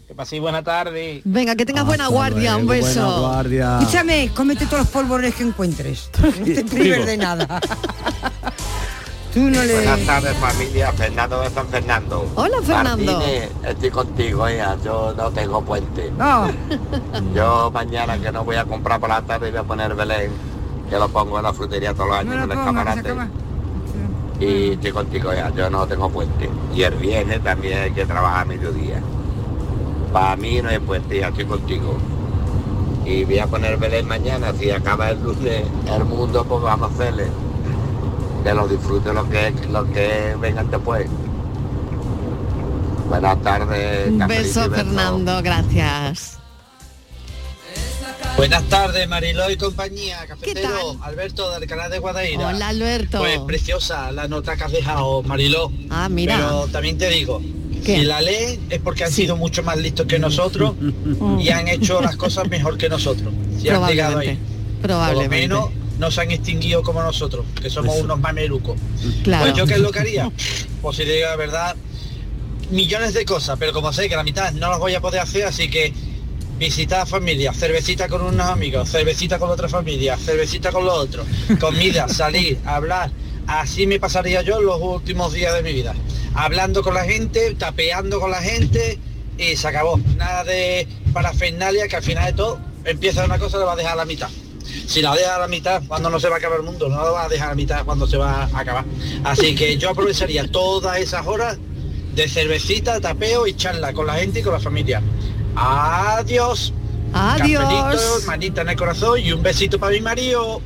Que paséis buena tarde.
Venga, que
Ah,
tengas buena
eh,
guardia, un
luego,
beso.
buena guardia.
Escúchame, cómete todos los polvorones que
*laughs*
encuentres. No te prives de nada. Tú no le-
Buenas tardes familia, Fernando de San Fernando.
Hola, Fernando.
Martínez, estoy contigo, hija. Yo no tengo puente.
No.
Yo mañana que no voy a comprar para la tarde voy a poner Belén, que lo pongo en la frutería todos los años, en el escaparate. Y estoy contigo, hija. Yo no tengo puente. Y el viernes también hay que trabajar a mediodía. Para mí no hay puente, hija. Estoy contigo. Y voy a poner Belén mañana. Si acaba el lunes el mundo, pues vamos a hacerle. Que lo disfrute lo que, lo que vengan después. Buenas tardes.
Un
cafelito y
beso,
besos.
Fernando, gracias.
Buenas tardes, Mariló y compañía,
cafetero
Alberto del canal de Guadaira.
Hola, Alberto.
Pues preciosa la nota que has dejado, Mariló.
Ah, mira.
Pero también te digo,
¿Qué?
si la leen es porque han sido mucho más listos
*laughs*
que nosotros y han hecho las cosas mejor que nosotros. Si han llegado ahí.
Probablemente. Probablemente.
Por lo menos no se han extinguido como nosotros, que somos unos mamelucos.
Claro.
Pues yo qué es lo que haría, pues si te digo la verdad, millones de cosas, pero como sé que la mitad no las voy a poder hacer, así que visitar a familia, cervecita con unos amigos, cervecita con otra familia, cervecita con los otros,
*laughs*
comida, salir, hablar. Así me pasaría yo los últimos días de mi vida. Hablando con la gente, tapeando con la gente y se acabó. Nada de parafernalia que al final de todo empieza una cosa y la va a dejar a la mitad. Si la deja a la mitad, cuando no se va a acabar el mundo, no la va a dejar a la mitad cuando se va a acabar. Así que yo aprovecharía todas esas horas de cervecita, tapeo y charla con la gente y con la familia. Adiós.
Adiós.
Cafelito, manita en el corazón y un besito para mi marido.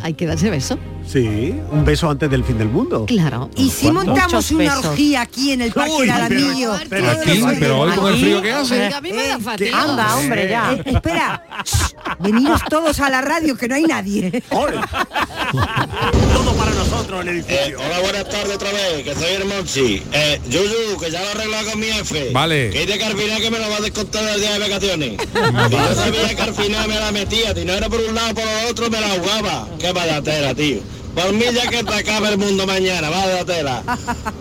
Hay que darse beso.
Sí, un beso antes del fin del mundo.
Claro.
Y si
¿Cuánto?
montamos
Muchos
una
besos.
orgía aquí en el Parque
Uy,
del
pero-
Alamillo.
pero aquí, pero hoy con el frío
eh,
que hace. Eh,
A mí me da fastidio.
Anda, hombre, ya. Eh, espera, shh, veniros todos a la radio que no hay nadie.
Todo para nosotros.
otro en el edificio.
Eh, hola, buenas tardes otra vez, que soy el Monchi. Eh, Yuyu, que ya lo he arreglado con mi jefe.
Vale.
Que dice que al final que me lo va a descontar el día de vacaciones. y yo sabía que al final me la metía. Si no era por un lado por el otro, me la jugaba. Qué badatera, tío. Por mí ya que te acaba el mundo mañana, badatera.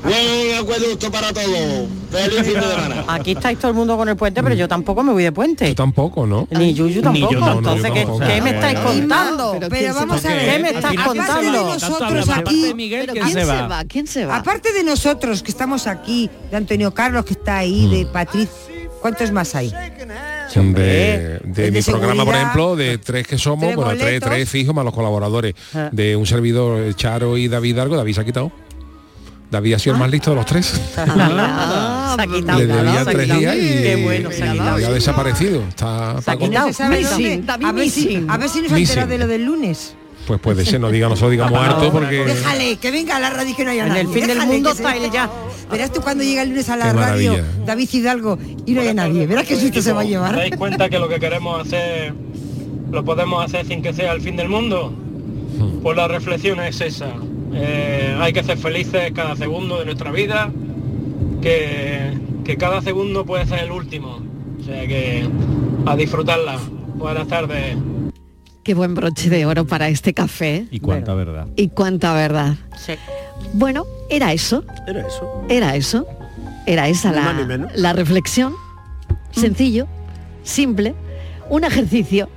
Buen acueducto para todos. Feliz fin de semana.
Aquí estáis todo el mundo con el puente, pero yo tampoco me voy de puente. Yo
tampoco, ¿no?
Ni Yuyu
Ni yo
tampoco.
tampoco.
Entonces, ¿qué,
No, yo
qué me
tampoco.
estáis
Pero
contando?
Pero, vamos a
¿Qué
ver.
me estás
aparte
contando?
de nosotros aquí,
Pero ¿quién se va? ¿Quién se va?
Aparte de nosotros que estamos aquí, de Antonio Carlos que está ahí, de Patricia, ¿cuántos más hay?
de, de
de
mi programa, por
seguridad.
ejemplo, de tres que somos,
Tres
bueno, tres,
boletos.
tres fijos más los colaboradores
Ah.
de un servidor, eh, Charo y David Algo, David se ha quitado. David ha sido el más listo de los tres.
Ah, se ha
*laughs*
quitado,
Le
¿no?
debía
Se ha
pues tres
quitado.
días y,
Qué bueno, se ha
y
quitado.
ha desaparecido. Está
Se ha
Paco-
quitado.
Missing,
a, ver si,
Missing.
a ver si nos ha enterado
Missing.
de lo del lunes.
Pues puede ser, no diga nosotros, digamos harto porque.
Déjale, que venga a la radio y que no haya
En
nadie.
el fin del
Déjale
mundo
que se
está
deje.
él ya.
Verás tú cuando llega el lunes a la
Qué
radio,
maravilla.
David Hidalgo, y no haya nadie. Verás qué susto se va a
¿Os
llevar.
dais cuenta que lo que queremos hacer lo podemos hacer sin que sea el fin del mundo? Pues la reflexión es esa. Eh, hay que ser felices cada segundo de nuestra vida, que, que cada segundo puede ser el último. O sea que a disfrutarla. Buenas tardes.
Qué buen broche de oro para este café.
Y cuánta verdad.
Y cuánta verdad. Bueno, era eso.
Era eso.
Era eso. Era esa
Ni más ni
la,
menos.
la reflexión. Sencillo, simple, un ejercicio.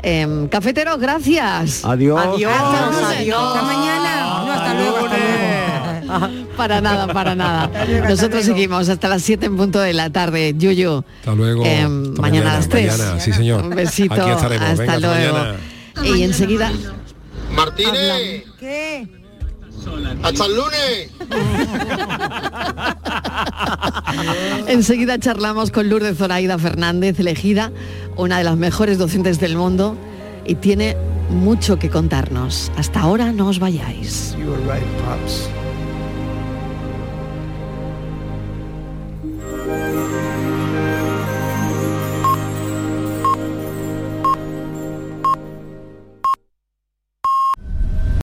Em, cafeteros, gracias.
Adiós. Adiós,
Hasta lunes.
adiós.
Hasta mañana. No, hasta luego, hasta luego.
*laughs* Para nada, para nada. Nosotros seguimos hasta las 7 en punto de la tarde. Yuyu.
Hasta luego.
em,
Hasta
mañana a las 3.
mañana, sí, señor.
Un besito.
Aquí estaremos.
Hasta
Venga, hasta
luego.
mañana.
Y enseguida.
Martínez,
¿Qué?
hasta el lunes.
Enseguida charlamos con Lourdes Zoraida Fernández, elegida una de las mejores docentes del mundo y tiene mucho que contarnos. Hasta ahora no os vayáis.
You were right, Pops.